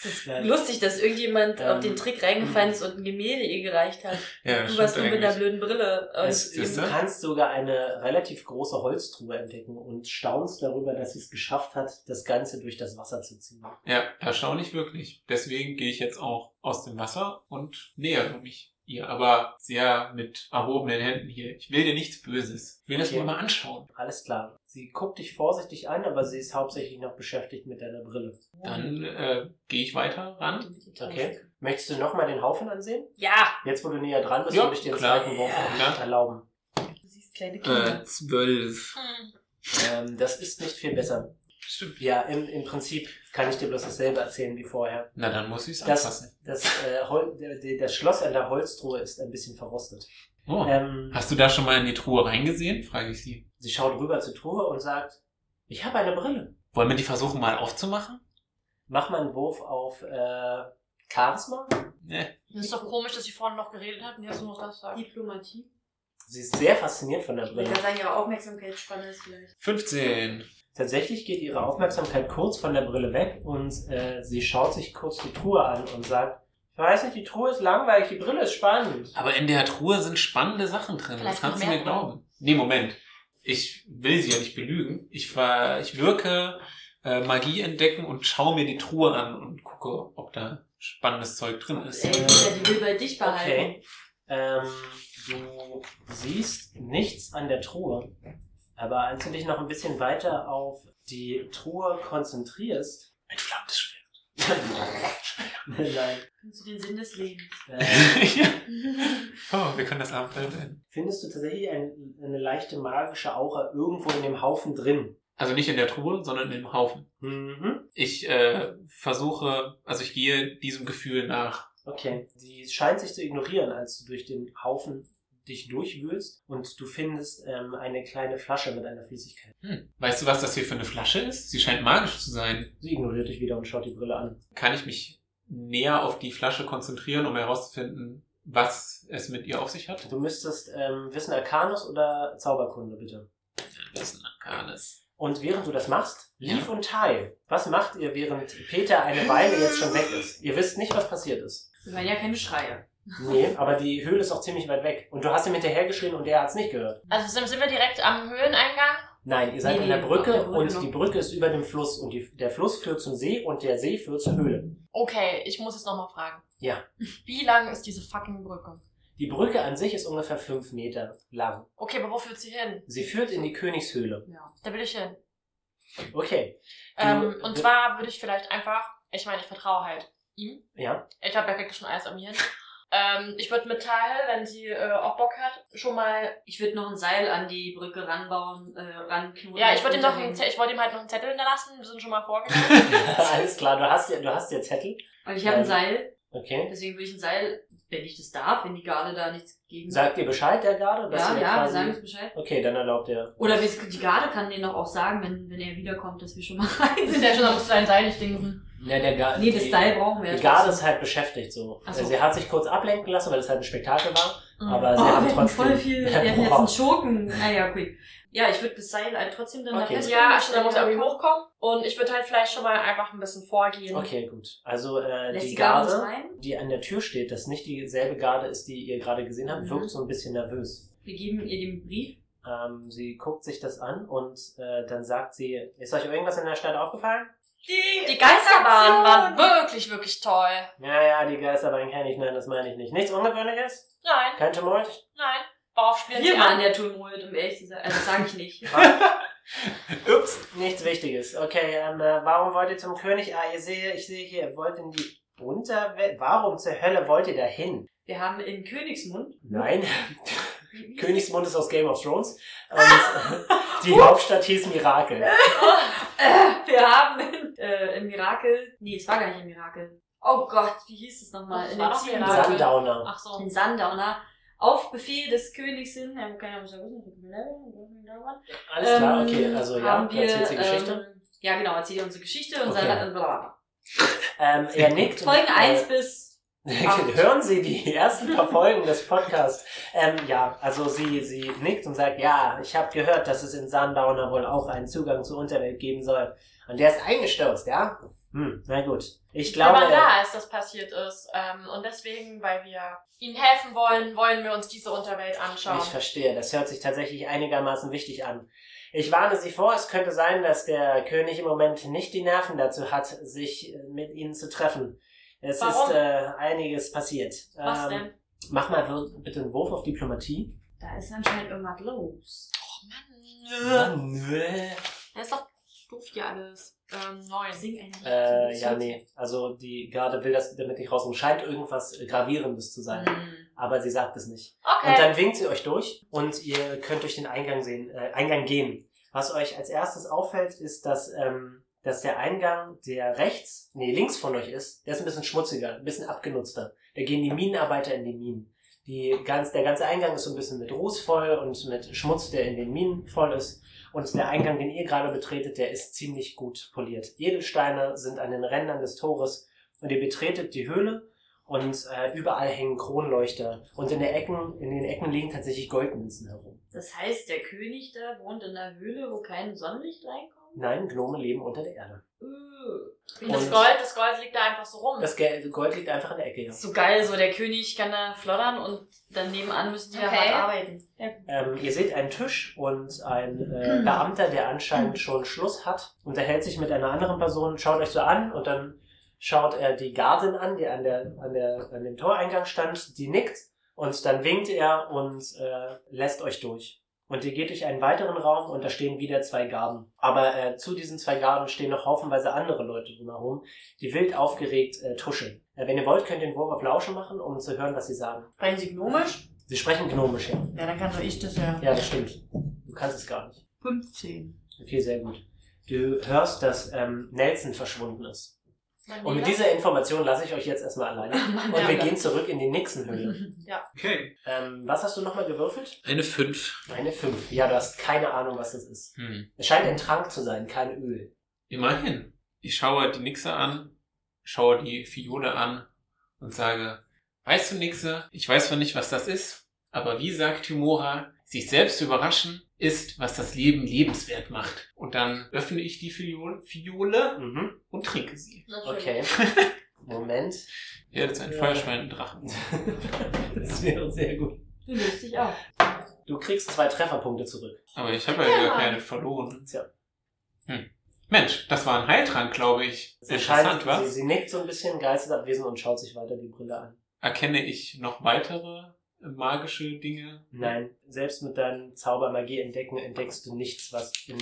Speaker 3: Es ist lustig, dass irgendjemand
Speaker 2: Ähm,
Speaker 3: auf den Trick reingefallen ist und ein Gemälde ihr gereicht hat.
Speaker 4: Ja,
Speaker 3: du
Speaker 4: stimmt
Speaker 3: warst nur mit
Speaker 4: eigentlich.
Speaker 3: einer blöden Brille. äh, Und
Speaker 2: Es,
Speaker 4: siehst
Speaker 2: du
Speaker 4: du?
Speaker 2: kannst sogar eine relativ große Holztruhe entdecken und staunst darüber, dass sie es geschafft hat, das Ganze durch das Wasser zu ziehen.
Speaker 4: Ja, erstaunlich wirklich. Deswegen gehe ich jetzt auch aus dem Wasser und nähere mich ihr, aber sehr mit erhobenen Händen hier. Ich will dir nichts Böses. Ich will das
Speaker 2: Okay.
Speaker 4: nur mal anschauen.
Speaker 2: Alles klar. Sie guckt dich vorsichtig an, aber sie ist hauptsächlich noch beschäftigt mit deiner Brille.
Speaker 4: Dann äh, gehe ich weiter ran.
Speaker 2: Okay. Möchtest du nochmal den Haufen ansehen?
Speaker 3: Ja!
Speaker 2: Jetzt, wo du näher dran bist,
Speaker 4: Ja,
Speaker 2: würde ich dir den
Speaker 4: klar.
Speaker 2: zweiten Wurf
Speaker 4: Ja, klar.
Speaker 2: erlauben.
Speaker 3: Du siehst
Speaker 4: Äh.
Speaker 3: kleine
Speaker 5: Äh,
Speaker 3: Kinder.
Speaker 4: zwölf.
Speaker 5: Hm.
Speaker 2: Ähm, das ist nicht viel besser.
Speaker 4: Stimmt.
Speaker 2: Ja, im, im Prinzip kann ich dir bloß dasselbe erzählen wie vorher.
Speaker 4: Na, dann muss ich es anfassen.
Speaker 2: Das, das, äh, Hol der- der- das Schloss an der Holztruhe ist ein bisschen verrostet.
Speaker 4: Oh.
Speaker 2: Ähm,
Speaker 4: Hast du da schon mal in die Truhe reingesehen? Frage ich sie.
Speaker 2: sie schaut rüber zur Truhe und sagt, ich habe eine Brille.
Speaker 4: Wollen wir die versuchen, mal aufzumachen?
Speaker 2: Mach mal einen Wurf auf äh, Charisma.
Speaker 4: Ne.
Speaker 5: Das ist doch komisch, dass sie vorhin noch geredet hat und jetzt nur noch das sagt.
Speaker 3: Diplomatie.
Speaker 2: Sie ist sehr fasziniert von der
Speaker 3: Ich würde
Speaker 2: Brille.
Speaker 3: gerade sagen, ihre Aufmerksamkeitsspanne ist vielleicht.
Speaker 4: 15.
Speaker 2: Tatsächlich geht ihre Aufmerksamkeit kurz von der Brille weg und äh, sie schaut sich kurz die Truhe an und sagt, ich weiß nicht, die Truhe ist langweilig, die Brille ist spannend.
Speaker 4: Aber in der Truhe sind spannende Sachen drin. das
Speaker 5: Vielleicht
Speaker 4: kannst du
Speaker 5: noch
Speaker 4: mir
Speaker 5: mehr, oder?
Speaker 4: glauben. Nee, Moment. Ich will sie ja nicht belügen. Ich, ver ich wirke äh, Magie entdecken und schaue mir die Truhe an und gucke, ob da spannendes Zeug drin ist.
Speaker 3: Ey, Peter, die will bei dich behalten.
Speaker 2: Okay. Ähm, du siehst nichts an der Truhe, aber als du dich noch ein bisschen weiter auf die Truhe konzentrierst,
Speaker 4: Ein flammendes Schwert.
Speaker 2: nein,
Speaker 3: Kannst du den Sinn des Lebens?
Speaker 2: äh,
Speaker 4: ja. Oh, wir können das Abenteuer beenden.
Speaker 2: findest du tatsächlich ein, eine leichte magische Aura irgendwo in dem Haufen drin.
Speaker 4: Also nicht in der Truhe, sondern im Haufen.
Speaker 2: Mhm.
Speaker 4: Ich äh, versuche, also ich gehe diesem Gefühl nach.
Speaker 2: Okay. Sie scheint sich zu ignorieren, als du durch den Haufen dich durchwühlst und du findest ähm, eine kleine Flasche mit einer Flüssigkeit.
Speaker 4: Hm. Weißt du, was das hier für eine Flasche ist? Sie scheint magisch zu sein.
Speaker 2: Sie ignoriert dich wieder und schaut die Brille an.
Speaker 4: Kann ich mich näher auf die Flasche konzentrieren, um herauszufinden, was es mit ihr auf sich hat?
Speaker 2: Du müsstest ähm, wissen Arcanus oder Zauberkunde, bitte.
Speaker 4: Das ist ein Arcanis.
Speaker 2: Und während du das machst,
Speaker 4: Ja.
Speaker 2: Leaf und Tai, was macht ihr, während Peter eine Weile jetzt schon weg ist? Ihr wisst nicht, was passiert ist.
Speaker 3: Wir waren ja keine Schreie.
Speaker 2: Nee, aber die Höhle ist auch ziemlich weit weg. Und du hast ihm hinterhergeschrien und er hat es nicht gehört.
Speaker 5: Also sind, sind wir direkt am Höheneingang?
Speaker 2: Nein, ihr seid
Speaker 3: Nee,
Speaker 2: an der
Speaker 3: nee,
Speaker 2: Brücke,
Speaker 3: auf der Brücke
Speaker 2: und
Speaker 3: noch.
Speaker 2: die Brücke ist über dem Fluss. Und die, der Fluss führt zum See und der See führt zur Höhle.
Speaker 5: Okay, ich muss jetzt nochmal fragen.
Speaker 2: Ja.
Speaker 5: Wie lang ist diese fucking Brücke?
Speaker 2: Die Brücke an sich ist ungefähr fünf Meter lang.
Speaker 5: Okay, aber wo führt sie hin?
Speaker 2: Sie führt in die Königshöhle.
Speaker 3: Ja.
Speaker 5: Da will ich hin.
Speaker 2: Okay,
Speaker 5: Ähm, und
Speaker 2: du- äh,
Speaker 5: zwar würde ich vielleicht einfach, ich meine, ich vertraue halt ihm.
Speaker 2: ja.
Speaker 5: Ich habe ja wirklich schon alles an mir hin. Ähm, ich würde mit Tal, wenn sie äh, auch Bock hat, schon mal.
Speaker 3: Ich würde noch ein Seil an die Brücke ranbauen, äh, ranknoten.
Speaker 5: Ja, ich würde ihm noch einen,
Speaker 3: runterhängen.
Speaker 5: Ze- ich wollte ihm halt noch einen Zettel hinterlassen. Wir sind schon mal vorgegangen.
Speaker 2: Alles klar, du hast ja, du hast ja Zettel.
Speaker 3: Und ich habe ein
Speaker 2: Ähm,
Speaker 3: Seil,
Speaker 2: Okay.
Speaker 3: deswegen würde ich ein Seil, wenn ich das darf, wenn die Garde da nichts gegen
Speaker 2: Sagt ihr Bescheid der Garde? dass
Speaker 3: Ja,
Speaker 2: ihr
Speaker 3: ja, wir
Speaker 2: quasi-
Speaker 3: sagen uns Bescheid.
Speaker 2: Okay, dann erlaubt er.
Speaker 3: Oder wir, die Garde kann denen doch auch sagen, wenn, wenn er wiederkommt, dass wir schon mal rein
Speaker 5: sind
Speaker 3: sind.
Speaker 5: ja schon, da musst du dein Seil nicht dingsen.
Speaker 2: Ja, der Gar
Speaker 3: Nee, das
Speaker 2: die-
Speaker 3: Seil brauchen wir
Speaker 2: Die
Speaker 3: ja
Speaker 2: Garde
Speaker 3: trotzdem.
Speaker 2: ist halt beschäftigt so.
Speaker 3: Ach so.
Speaker 2: Sie hat sich kurz ablenken lassen, weil es halt ein Spektakel war.
Speaker 5: Mhm.
Speaker 2: Aber sie
Speaker 3: Oh,
Speaker 2: hat
Speaker 3: wir hatten
Speaker 2: trotzdem.
Speaker 3: voll viel, wir hatten jetzt einen
Speaker 2: Wow.
Speaker 3: Schurken. Naja, okay. Ja, ich würde das Seil halt trotzdem dann
Speaker 2: Okay.
Speaker 3: da festhalten.
Speaker 5: Ja,
Speaker 3: dass
Speaker 5: also da muss
Speaker 3: der
Speaker 5: er irgendwie
Speaker 3: kommt.
Speaker 5: hochkommen. Und ich würde halt vielleicht schon mal einfach ein bisschen vorgehen.
Speaker 2: Okay, gut. Also äh,
Speaker 3: Lässt
Speaker 2: die
Speaker 3: die Garde uns
Speaker 2: Garde,
Speaker 3: rein?
Speaker 2: die an der Tür steht, das nicht dieselbe Garde ist, die ihr gerade gesehen habt,
Speaker 3: Mhm.
Speaker 2: wirkt so ein bisschen nervös.
Speaker 3: Wir geben ihr den Brief.
Speaker 2: Ähm, sie guckt sich das an und äh, dann sagt sie, ist euch irgendwas in der Stadt aufgefallen?
Speaker 5: Die Geisterbahn waren wirklich, wirklich toll.
Speaker 2: Ja, ja, die Geisterbahn kenne ich, nein, das meine ich nicht. Nichts Ungewöhnliches?
Speaker 5: Nein,
Speaker 2: Kein Tumult?
Speaker 5: nein. Worauf spielen
Speaker 3: Wir
Speaker 5: sie
Speaker 3: waren
Speaker 5: an?
Speaker 3: der Tumult, um ehrlich zu sein. Also, das sage ich nicht.
Speaker 4: Ups.
Speaker 2: Nichts Wichtiges. Okay, ähm, äh, warum wollt ihr zum König? Ah, ihr sehe, ich sehe hier, ihr wollt in die Unterwelt? Warum zur Hölle wollt ihr da hin?
Speaker 3: Wir haben in Königsmund.
Speaker 2: Nein,
Speaker 3: Wie- wie-
Speaker 2: Königsmund ist aus Game of Thrones. Und die Hauptstadt hieß Mirakel.
Speaker 3: Äh, wir haben in, äh, im Mirakel. Nee, es war gar nicht im Mirakel. Oh Gott, wie hieß es nochmal?
Speaker 5: Das
Speaker 3: In
Speaker 5: war
Speaker 3: den
Speaker 5: doch
Speaker 3: Ziegenhöhlen.
Speaker 5: Mirakel.
Speaker 2: Sundowner.
Speaker 5: Ach so.
Speaker 3: in Sundowner auf Befehl des Königs hin, ja, keine Ahnung, ich sag, wissen Sie, ähm,
Speaker 2: Alles klar, okay, also ja,
Speaker 3: haben wir,
Speaker 2: erzählt die Geschichte.
Speaker 3: Ähm, ja, genau, erzählt ihr unsere Geschichte und
Speaker 2: Okay.
Speaker 3: dann blablabla.
Speaker 2: Ähm, er nickt. und,
Speaker 3: Folgen
Speaker 2: äh,
Speaker 3: 1 bis acht.
Speaker 2: Hören Sie die ersten paar Folgen des Podcasts. Ähm, ja, also sie, sie nickt und sagt, ja, ich habe gehört, dass es in Sundowner wohl auch einen Zugang zur Unterwelt geben soll. Und der ist eingestürzt, ja? Hm, na gut. Ich
Speaker 5: Wenn
Speaker 2: glaube,
Speaker 5: man da ist, das passiert ist. Ähm, und deswegen, weil wir ihnen helfen wollen, wollen wir uns diese Unterwelt anschauen.
Speaker 2: Ich verstehe, das hört sich tatsächlich einigermaßen wichtig an. Ich warne Sie vor, es könnte sein, dass der König im Moment nicht die Nerven dazu hat, sich äh, mit Ihnen zu treffen. Es
Speaker 5: Warum?
Speaker 2: ist äh, einiges passiert.
Speaker 5: Was
Speaker 2: Ähm,
Speaker 5: denn?
Speaker 2: Mach mal wir- bitte einen Wurf auf Diplomatie.
Speaker 3: Da ist anscheinend irgendwas los.
Speaker 5: Mann.
Speaker 2: nö.
Speaker 5: Das ist doch doof hier alles. Ähm, neun.
Speaker 3: Sing ein Lied.
Speaker 2: Äh, ja, nee. Also die Garde will das damit nicht rausnehmen. Scheint irgendwas Gravierendes zu
Speaker 5: Mhm.
Speaker 2: sein.
Speaker 3: Hm.
Speaker 2: Aber sie sagt es nicht.
Speaker 5: Okay.
Speaker 2: Und dann winkt sie euch durch und ihr könnt durch den Eingang sehen, äh, Eingang gehen. Was euch als erstes auffällt, ist, dass, ähm, dass der Eingang, der rechts, nee, links von euch ist, der ist ein bisschen schmutziger, ein bisschen abgenutzter. Da gehen die Minenarbeiter in die Minen. Die ganz, der ganze Eingang ist so ein bisschen mit Ruß voll und mit Schmutz, der in den Minen voll ist. Und der Eingang, den ihr gerade betretet, der ist ziemlich gut poliert. Edelsteine sind an den Rändern des Tores und ihr betretet die Höhle und äh, überall hängen Kronleuchter. Und in, der Ecken, in den Ecken liegen tatsächlich Goldmünzen herum.
Speaker 3: Das heißt, der König da wohnt in einer Höhle, wo kein Sonnenlicht reinkommt?
Speaker 2: Nein, Gnome leben unter der Erde.
Speaker 3: Äh,
Speaker 5: Und das
Speaker 2: Und-
Speaker 5: Gold, das Gold liegt da einfach so rum.
Speaker 2: Das Gel- Gold liegt einfach in der Ecke, ja.
Speaker 3: Ist so geil, so der König kann da floddern und dann nebenan müssen die da
Speaker 5: Okay.
Speaker 3: hart arbeiten. Ja,
Speaker 2: Ähm, ihr seht einen Tisch und ein äh, Beamter, der anscheinend schon Schluss hat, unterhält sich mit einer anderen Person, schaut euch so an und dann schaut er die Gardin an, die an, der, an, der, an dem Toreingang stand, die nickt und dann winkt er und äh, lässt euch durch. Und ihr geht durch einen weiteren Raum und da stehen wieder zwei Garden. Aber äh, zu diesen zwei Garden stehen noch haufenweise andere Leute drumherum, die wild aufgeregt äh, tuscheln. Äh, wenn ihr wollt, könnt ihr den Wurf auf Lausche machen, um zu hören, was sie sagen.
Speaker 3: Sprechen sie gnomisch?
Speaker 2: Sie sprechen gnomisch, ja.
Speaker 3: Ja, dann kann doch ich das ja.
Speaker 2: Ja, das stimmt. Du kannst es gar nicht.
Speaker 3: 15.
Speaker 2: Okay, sehr gut. Du hörst, dass ähm, Nelson verschwunden ist.
Speaker 5: Manila?
Speaker 2: Und mit dieser Information lasse ich euch jetzt erstmal alleine.
Speaker 3: Mann,
Speaker 2: Und wir
Speaker 5: Ja.
Speaker 2: gehen zurück in die Nixon-Höhle.
Speaker 4: Okay.
Speaker 2: Ähm, was hast du nochmal gewürfelt?
Speaker 4: Eine fünf.
Speaker 2: Eine 5. Ja, du hast keine Ahnung, was das ist.
Speaker 4: Hm.
Speaker 2: Es scheint ein Trank zu sein, kein Öl.
Speaker 4: Immerhin. Ich schaue die Nixe an, schaue die Fiole an und sage, weißt du Nixe, ich weiß zwar nicht, was das ist, aber wie sagt Timora, sich selbst zu überraschen ist, was das Leben lebenswert macht. Und dann öffne ich die Fiole, Fiole
Speaker 2: Mhm.
Speaker 4: und trinke sie.
Speaker 5: Natürlich.
Speaker 2: Okay. Moment.
Speaker 4: Ja, das ist ein
Speaker 2: Ja.
Speaker 4: Feuerschwein und Drachen.
Speaker 2: das wäre sehr gut.
Speaker 3: Du löst dich auf.
Speaker 2: Du kriegst zwei Trefferpunkte zurück.
Speaker 4: Aber ich habe ja,
Speaker 5: Ja.
Speaker 4: gar keine verloren.
Speaker 2: Tja.
Speaker 4: Hm. Mensch, das war ein Heiltrank, glaube ich. Interessant,
Speaker 2: scheint, sie,
Speaker 4: was?
Speaker 2: sie nickt so ein bisschen geistesabwesend und schaut sich weiter die Brille an.
Speaker 4: Erkenne ich noch weitere magische Dinge?
Speaker 2: Nein, selbst mit deinem Zaubermagie entdecken entdeckst du nichts, was in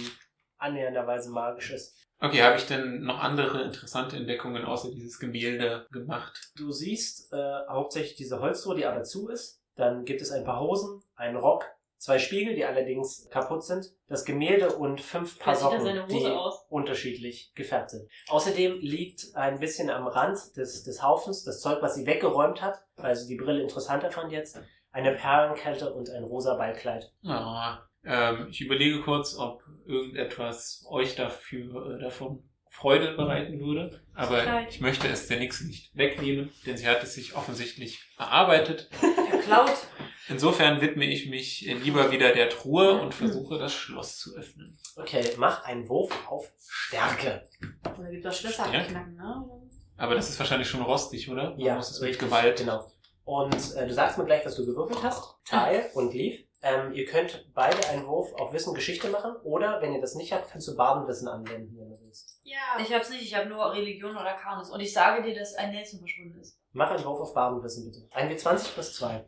Speaker 2: annähernder Weise magisch ist.
Speaker 4: Okay, habe ich denn noch andere interessante Entdeckungen außer dieses Gemälde gemacht?
Speaker 2: Du siehst äh, hauptsächlich diese Holztruhe, die aber zu ist. Dann gibt es ein paar Hosen, einen Rock, zwei Spiegel, die allerdings kaputt sind, das Gemälde und fünf Paar
Speaker 1: Wie sieht denn
Speaker 2: Socken,
Speaker 1: seine
Speaker 2: die
Speaker 1: Hose aus?
Speaker 2: unterschiedlich gefärbt sind. Außerdem liegt ein bisschen am Rand des, des Haufens das Zeug, was sie weggeräumt hat, weil sie die Brille interessanter fand jetzt, eine Perlenkette und ein rosa Ballkleid.
Speaker 4: Ah, ähm, ich überlege kurz, ob irgendetwas euch dafür äh, davon Freude bereiten würde. Aber
Speaker 5: Kleid.
Speaker 4: ich möchte es der Nix nicht wegnehmen, denn sie hat es sich offensichtlich erarbeitet.
Speaker 3: Verklaut.
Speaker 4: Insofern widme ich mich lieber wieder der Truhe und versuche, das Schloss zu öffnen.
Speaker 2: Okay, mach einen Wurf auf Stärke.
Speaker 3: Oder gibt es Schlösser
Speaker 4: Ja.
Speaker 3: abknacken, ne?
Speaker 4: Aber das ist wahrscheinlich schon rostig, oder? Man
Speaker 2: Ja,
Speaker 4: muss es mit
Speaker 2: richtig,
Speaker 4: Gewalt.
Speaker 2: Genau. Und äh, du sagst mir gleich, was du gewürfelt hast. Teil
Speaker 4: Ah.
Speaker 2: und Leaf. Ähm, ihr könnt beide einen Wurf auf Wissen Geschichte machen oder, wenn ihr das nicht habt, kannst du Badenwissen anwenden, wenn du willst.
Speaker 5: Ja.
Speaker 3: Ich hab's nicht, ich hab nur Religion oder Arcanis. Und ich sage dir, dass ein Nelson verschwunden ist.
Speaker 2: Mach einen Wurf auf Badenwissen bitte. Ein W20 plus 2.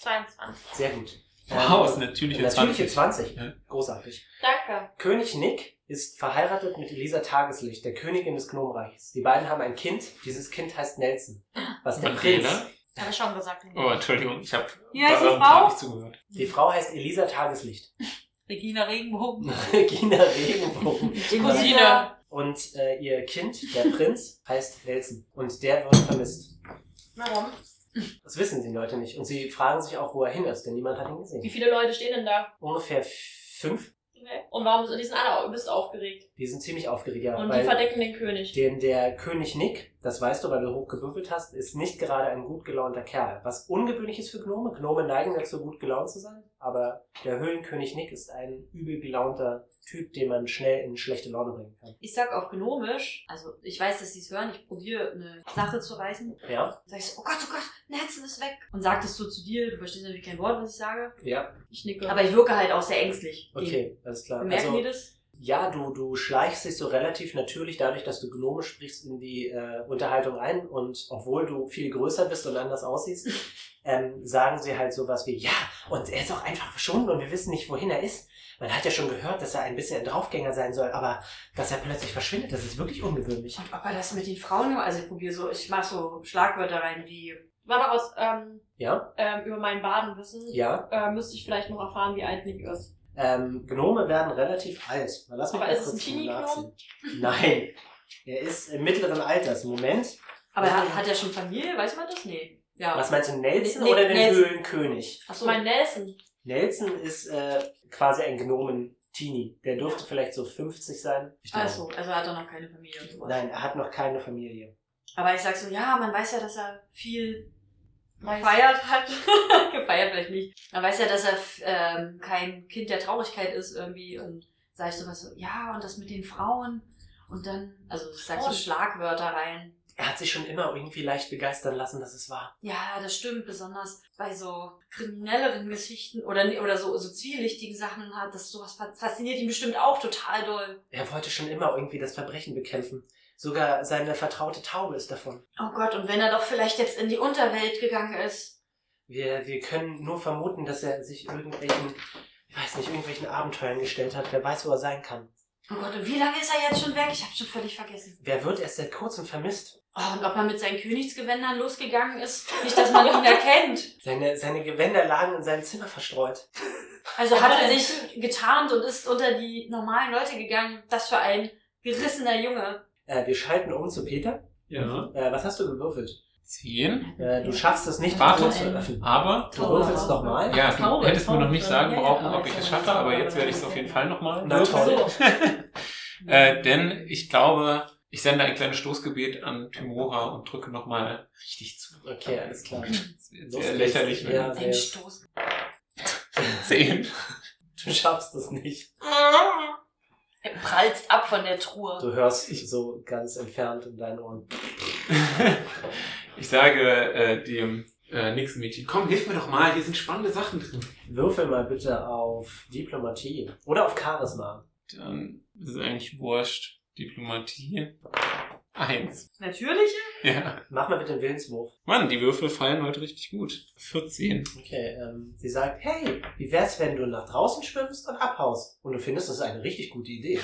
Speaker 5: 22.
Speaker 2: Sehr gut.
Speaker 4: Wow, ist
Speaker 2: Ähm,
Speaker 4: eine natürliche
Speaker 2: natürliche
Speaker 4: 20.
Speaker 2: 20.
Speaker 4: Ja.
Speaker 2: Großartig.
Speaker 5: Danke.
Speaker 2: König Nick ist verheiratet mit Elisa Tageslicht, der Königin des Gnomenreiches. Die beiden haben ein Kind. Dieses Kind heißt Nelson. Was der Prinz.
Speaker 4: Manuela?
Speaker 5: Habe ich schon gesagt.
Speaker 4: Oh, Entschuldigung, ich habe
Speaker 3: Wie heißt die Frau?
Speaker 4: nicht zugehört.
Speaker 2: Die Frau heißt Elisa Tageslicht.
Speaker 5: Regina Regenbogen.
Speaker 2: Regina Regenbogen.
Speaker 5: Cousine.
Speaker 2: Und äh, ihr Kind, der Prinz, heißt Nelson. Und der wird vermisst.
Speaker 5: Warum?
Speaker 2: Das wissen die Leute nicht. Und sie fragen sich auch, wo er hin ist, denn niemand hat ihn
Speaker 1: Wie
Speaker 2: gesehen.
Speaker 1: viele Leute stehen denn da?
Speaker 2: Ungefähr fünf.
Speaker 1: Okay. Und warum sind die sind alle au- bist aufgeregt?
Speaker 2: Die sind ziemlich aufgeregt. Ja,
Speaker 1: Und die
Speaker 2: weil
Speaker 1: verdecken den König.
Speaker 2: denn der König Nick, das weißt du, weil du hochgewürfelt hast, ist nicht gerade ein gut gelaunter Kerl. Was ungewöhnlich ist für Gnome. Gnome neigen dazu, gut gelaunt zu sein. Aber der Höhlenkönig Nick ist ein übel gelaunter Typ, den man schnell in schlechte Laune bringen kann.
Speaker 3: Ich sag auf gnomisch, also ich weiß, dass sie es hören, ich probiere eine Sache zu reißen.
Speaker 2: Ja?
Speaker 3: Sag ich so, oh Gott, oh Gott, Nelson ist weg. Und sag das so zu dir, du verstehst natürlich kein Wort, was ich sage.
Speaker 2: Ja.
Speaker 1: Ich nicke.
Speaker 3: Aber ich wirke halt auch sehr ängstlich.
Speaker 2: Okay, alles klar.
Speaker 3: Merken
Speaker 2: Also-
Speaker 3: die das?
Speaker 2: Ja, du, du schleichst dich so relativ natürlich dadurch, dass du Gnome sprichst, in die äh, Unterhaltung ein. Und obwohl du viel größer bist und anders aussiehst, ähm, sagen sie halt sowas wie, ja, und er ist auch einfach verschwunden und wir wissen nicht, wohin er ist. Man hat ja schon gehört, dass er ein bisschen ein Draufgänger sein soll, aber dass er plötzlich verschwindet, das ist wirklich ungewöhnlich.
Speaker 3: Und ob er das mit den Frauen nur, also ich probiere so, ich mach so Schlagwörter rein wie,
Speaker 1: War noch aus ähm,
Speaker 2: Ja,
Speaker 1: ähm, über mein Badenwissen.
Speaker 2: ja.
Speaker 1: Äh, müsste ich vielleicht noch erfahren, wie alt Nick ist.
Speaker 2: Ähm, Gnome werden relativ alt. Na, lass mich
Speaker 1: Aber
Speaker 2: mal
Speaker 1: ist es ein
Speaker 2: kurz
Speaker 1: Teenie-Gnome?
Speaker 2: nachsehen. Nein, er ist im mittleren Alters. Moment.
Speaker 3: aber er hat, hat er schon Familie, weiß man das? Nee. Ja.
Speaker 2: Was meinst du, Nelson
Speaker 3: Nee,
Speaker 2: oder den
Speaker 3: Nelson.
Speaker 2: Höhlenkönig?
Speaker 1: Achso, mein Nelson.
Speaker 2: Nelson ist äh, quasi ein Gnomen-Teenie. Der dürfte vielleicht so 50 sein. Ich
Speaker 3: Ach so, also hat er noch keine Familie und sowas.
Speaker 2: Nein, er hat noch keine Familie.
Speaker 3: Aber ich sag so, ja, man weiß ja, dass er viel
Speaker 5: Weiß.
Speaker 3: gefeiert hat.
Speaker 2: halt-
Speaker 3: gefeiert vielleicht nicht. Man weiß ja, dass er ähm, kein Kind der Traurigkeit ist irgendwie. Und sag ich sowas so, ja, und das mit den Frauen. Und dann, also ich sag so
Speaker 1: Frauen?
Speaker 3: Schlagwörter rein.
Speaker 2: Er hat sich schon immer irgendwie leicht begeistern lassen, dass es war.
Speaker 3: Ja, das stimmt, besonders bei so kriminelleren Geschichten oder, oder so, so zwielichtigen Sachen hat, das sowas fasziniert ihn bestimmt auch total doll.
Speaker 2: Er wollte schon immer irgendwie das Verbrechen bekämpfen. Sogar seine vertraute Taube ist davon.
Speaker 3: Oh Gott, und wenn er doch vielleicht jetzt in die Unterwelt gegangen ist.
Speaker 2: Wir, wir können nur vermuten, dass er sich irgendwelchen, ich weiß nicht, irgendwelchen Abenteuern gestellt hat. Wer weiß, wo er sein kann.
Speaker 3: Oh Gott, und wie lange ist er jetzt schon weg? Ich habe schon völlig vergessen.
Speaker 2: Wer wird erst seit kurzem vermisst?
Speaker 3: Oh, und ob er mit seinen Königsgewändern losgegangen ist? Nicht, dass man ihn erkennt.
Speaker 2: Seine, seine Gewänder lagen in seinem Zimmer verstreut.
Speaker 3: Also hat er sich getarnt und ist unter die normalen Leute gegangen. Das für ein gerissener Junge.
Speaker 2: Äh, wir schalten um zu Peter.
Speaker 4: Ja.
Speaker 2: Äh, was hast du gewürfelt?
Speaker 4: Zehn.
Speaker 2: Äh, du schaffst es nicht, die
Speaker 4: Warte.
Speaker 2: Tür zu öffnen.
Speaker 4: Aber,
Speaker 2: Du würfelst nochmal.
Speaker 4: ja, du
Speaker 1: Taube,
Speaker 4: hättest mir noch
Speaker 1: Taube,
Speaker 4: nicht sagen
Speaker 1: ja, ja,
Speaker 4: brauchen,
Speaker 1: ja,
Speaker 4: ob ich
Speaker 1: ja,
Speaker 4: es
Speaker 1: ja,
Speaker 4: schaffe,
Speaker 1: ja,
Speaker 4: aber
Speaker 1: ja,
Speaker 4: jetzt
Speaker 1: ja,
Speaker 4: werde ich
Speaker 1: ja,
Speaker 4: es auf
Speaker 1: ja,
Speaker 4: jeden
Speaker 1: ja.
Speaker 4: Fall nochmal.
Speaker 2: Na toll.
Speaker 4: Äh, denn ich glaube, ich sende ein kleines Stoßgebet an Timora und drücke nochmal richtig zu.
Speaker 2: Okay, alles klar.
Speaker 4: Das
Speaker 2: Los
Speaker 4: wird sehr
Speaker 2: geht's.
Speaker 4: lächerlich, wenn
Speaker 2: Ja,
Speaker 3: Ein
Speaker 2: sehr.
Speaker 3: Stoß.
Speaker 4: Zehn.
Speaker 2: Du schaffst es nicht.
Speaker 5: Er prallst ab von der Truhe.
Speaker 2: Du hörst so ganz entfernt in deinen Ohren.
Speaker 4: Ich sage äh, dem äh, nächsten Mädchen, komm, hilf mir doch mal, hier sind spannende Sachen drin.
Speaker 2: Würfel mal bitte auf Diplomatie oder auf Charisma.
Speaker 4: Dann ist es eigentlich wurscht. Diplomatie. Eins.
Speaker 3: Natürlich?
Speaker 4: Ja.
Speaker 2: Mach mal bitte einen Willenswurf.
Speaker 4: Mann, die Würfel fallen heute richtig gut. 14.
Speaker 2: Okay, ähm, sie sagt, hey, wie wär's, wenn du nach draußen schwimmst und abhaust? Und du findest, das ist eine richtig gute Idee.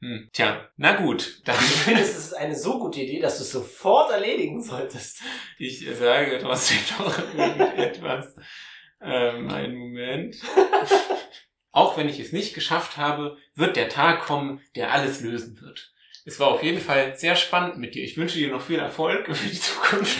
Speaker 4: Hm. Tja, na gut. Dann
Speaker 2: Du findest, es ist eine so gute Idee, dass du es sofort erledigen solltest.
Speaker 4: ich sage trotzdem noch irgendetwas. Ähm, einen Moment. Auch wenn ich es nicht geschafft habe, wird der Tag kommen, der alles lösen wird. Es war auf jeden Fall sehr spannend mit dir. Ich wünsche dir noch viel Erfolg für die Zukunft.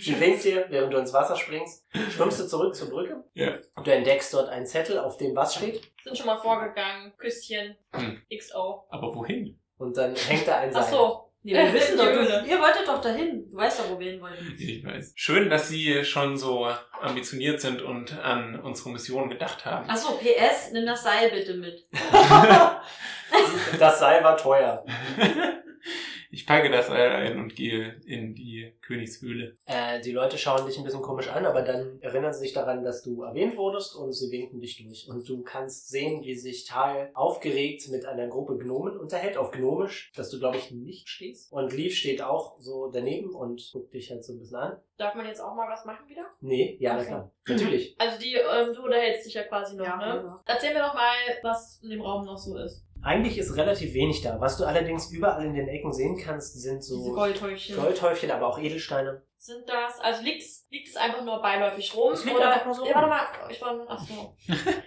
Speaker 2: Sie winkt dir, während du ins Wasser springst, schwimmst du zurück zur Brücke.
Speaker 4: Ja.
Speaker 2: Und du entdeckst dort einen Zettel, auf dem was steht.
Speaker 1: Sind schon mal vorgegangen. Küsschen.
Speaker 4: Hm.
Speaker 1: XO.
Speaker 4: Aber wohin?
Speaker 2: Und dann hängt da ein Seil.
Speaker 1: Achso.
Speaker 3: Nee, wir wissen doch,
Speaker 1: Höhle.
Speaker 3: du, ihr wolltet doch dahin. Du weißt doch, wo wir hin wollten.
Speaker 4: Ich weiß. Schön, dass Sie schon so ambitioniert sind und an unsere Mission gedacht haben.
Speaker 3: Achso, PS, nimm das Seil bitte mit.
Speaker 2: Das Seil war teuer.
Speaker 4: ich packe das Seil ein und gehe in die Königshöhle.
Speaker 2: Äh, die Leute schauen dich ein bisschen komisch an, aber dann erinnern sie sich daran, dass du erwähnt wurdest und sie winken dich durch. Und du kannst sehen, wie sich Tal aufgeregt mit einer Gruppe Gnomen unterhält, auf Gnomisch, dass du, glaube ich, nicht verstehst. Und Leaf steht auch so daneben und guckt dich halt so ein bisschen an.
Speaker 1: Darf man jetzt auch mal was machen wieder?
Speaker 2: Nee, ja, na
Speaker 1: Okay.
Speaker 2: klar. Natürlich.
Speaker 1: Also die, ähm, du unterhältst dich ja quasi noch, ne? Erzähl mir doch mal, was in dem Raum noch so ist.
Speaker 2: Eigentlich ist relativ wenig da. Was du allerdings überall in den Ecken sehen kannst, sind
Speaker 5: Diese
Speaker 2: so
Speaker 5: Goldhäufchen.
Speaker 2: Goldhäufchen, aber auch Edelsteine.
Speaker 5: Sind das, also liegt es liegt es einfach nur beiläufig rum?
Speaker 2: Es liegt
Speaker 5: oder,
Speaker 2: einfach nur so
Speaker 5: Ja, warte mal, ich war, ach so.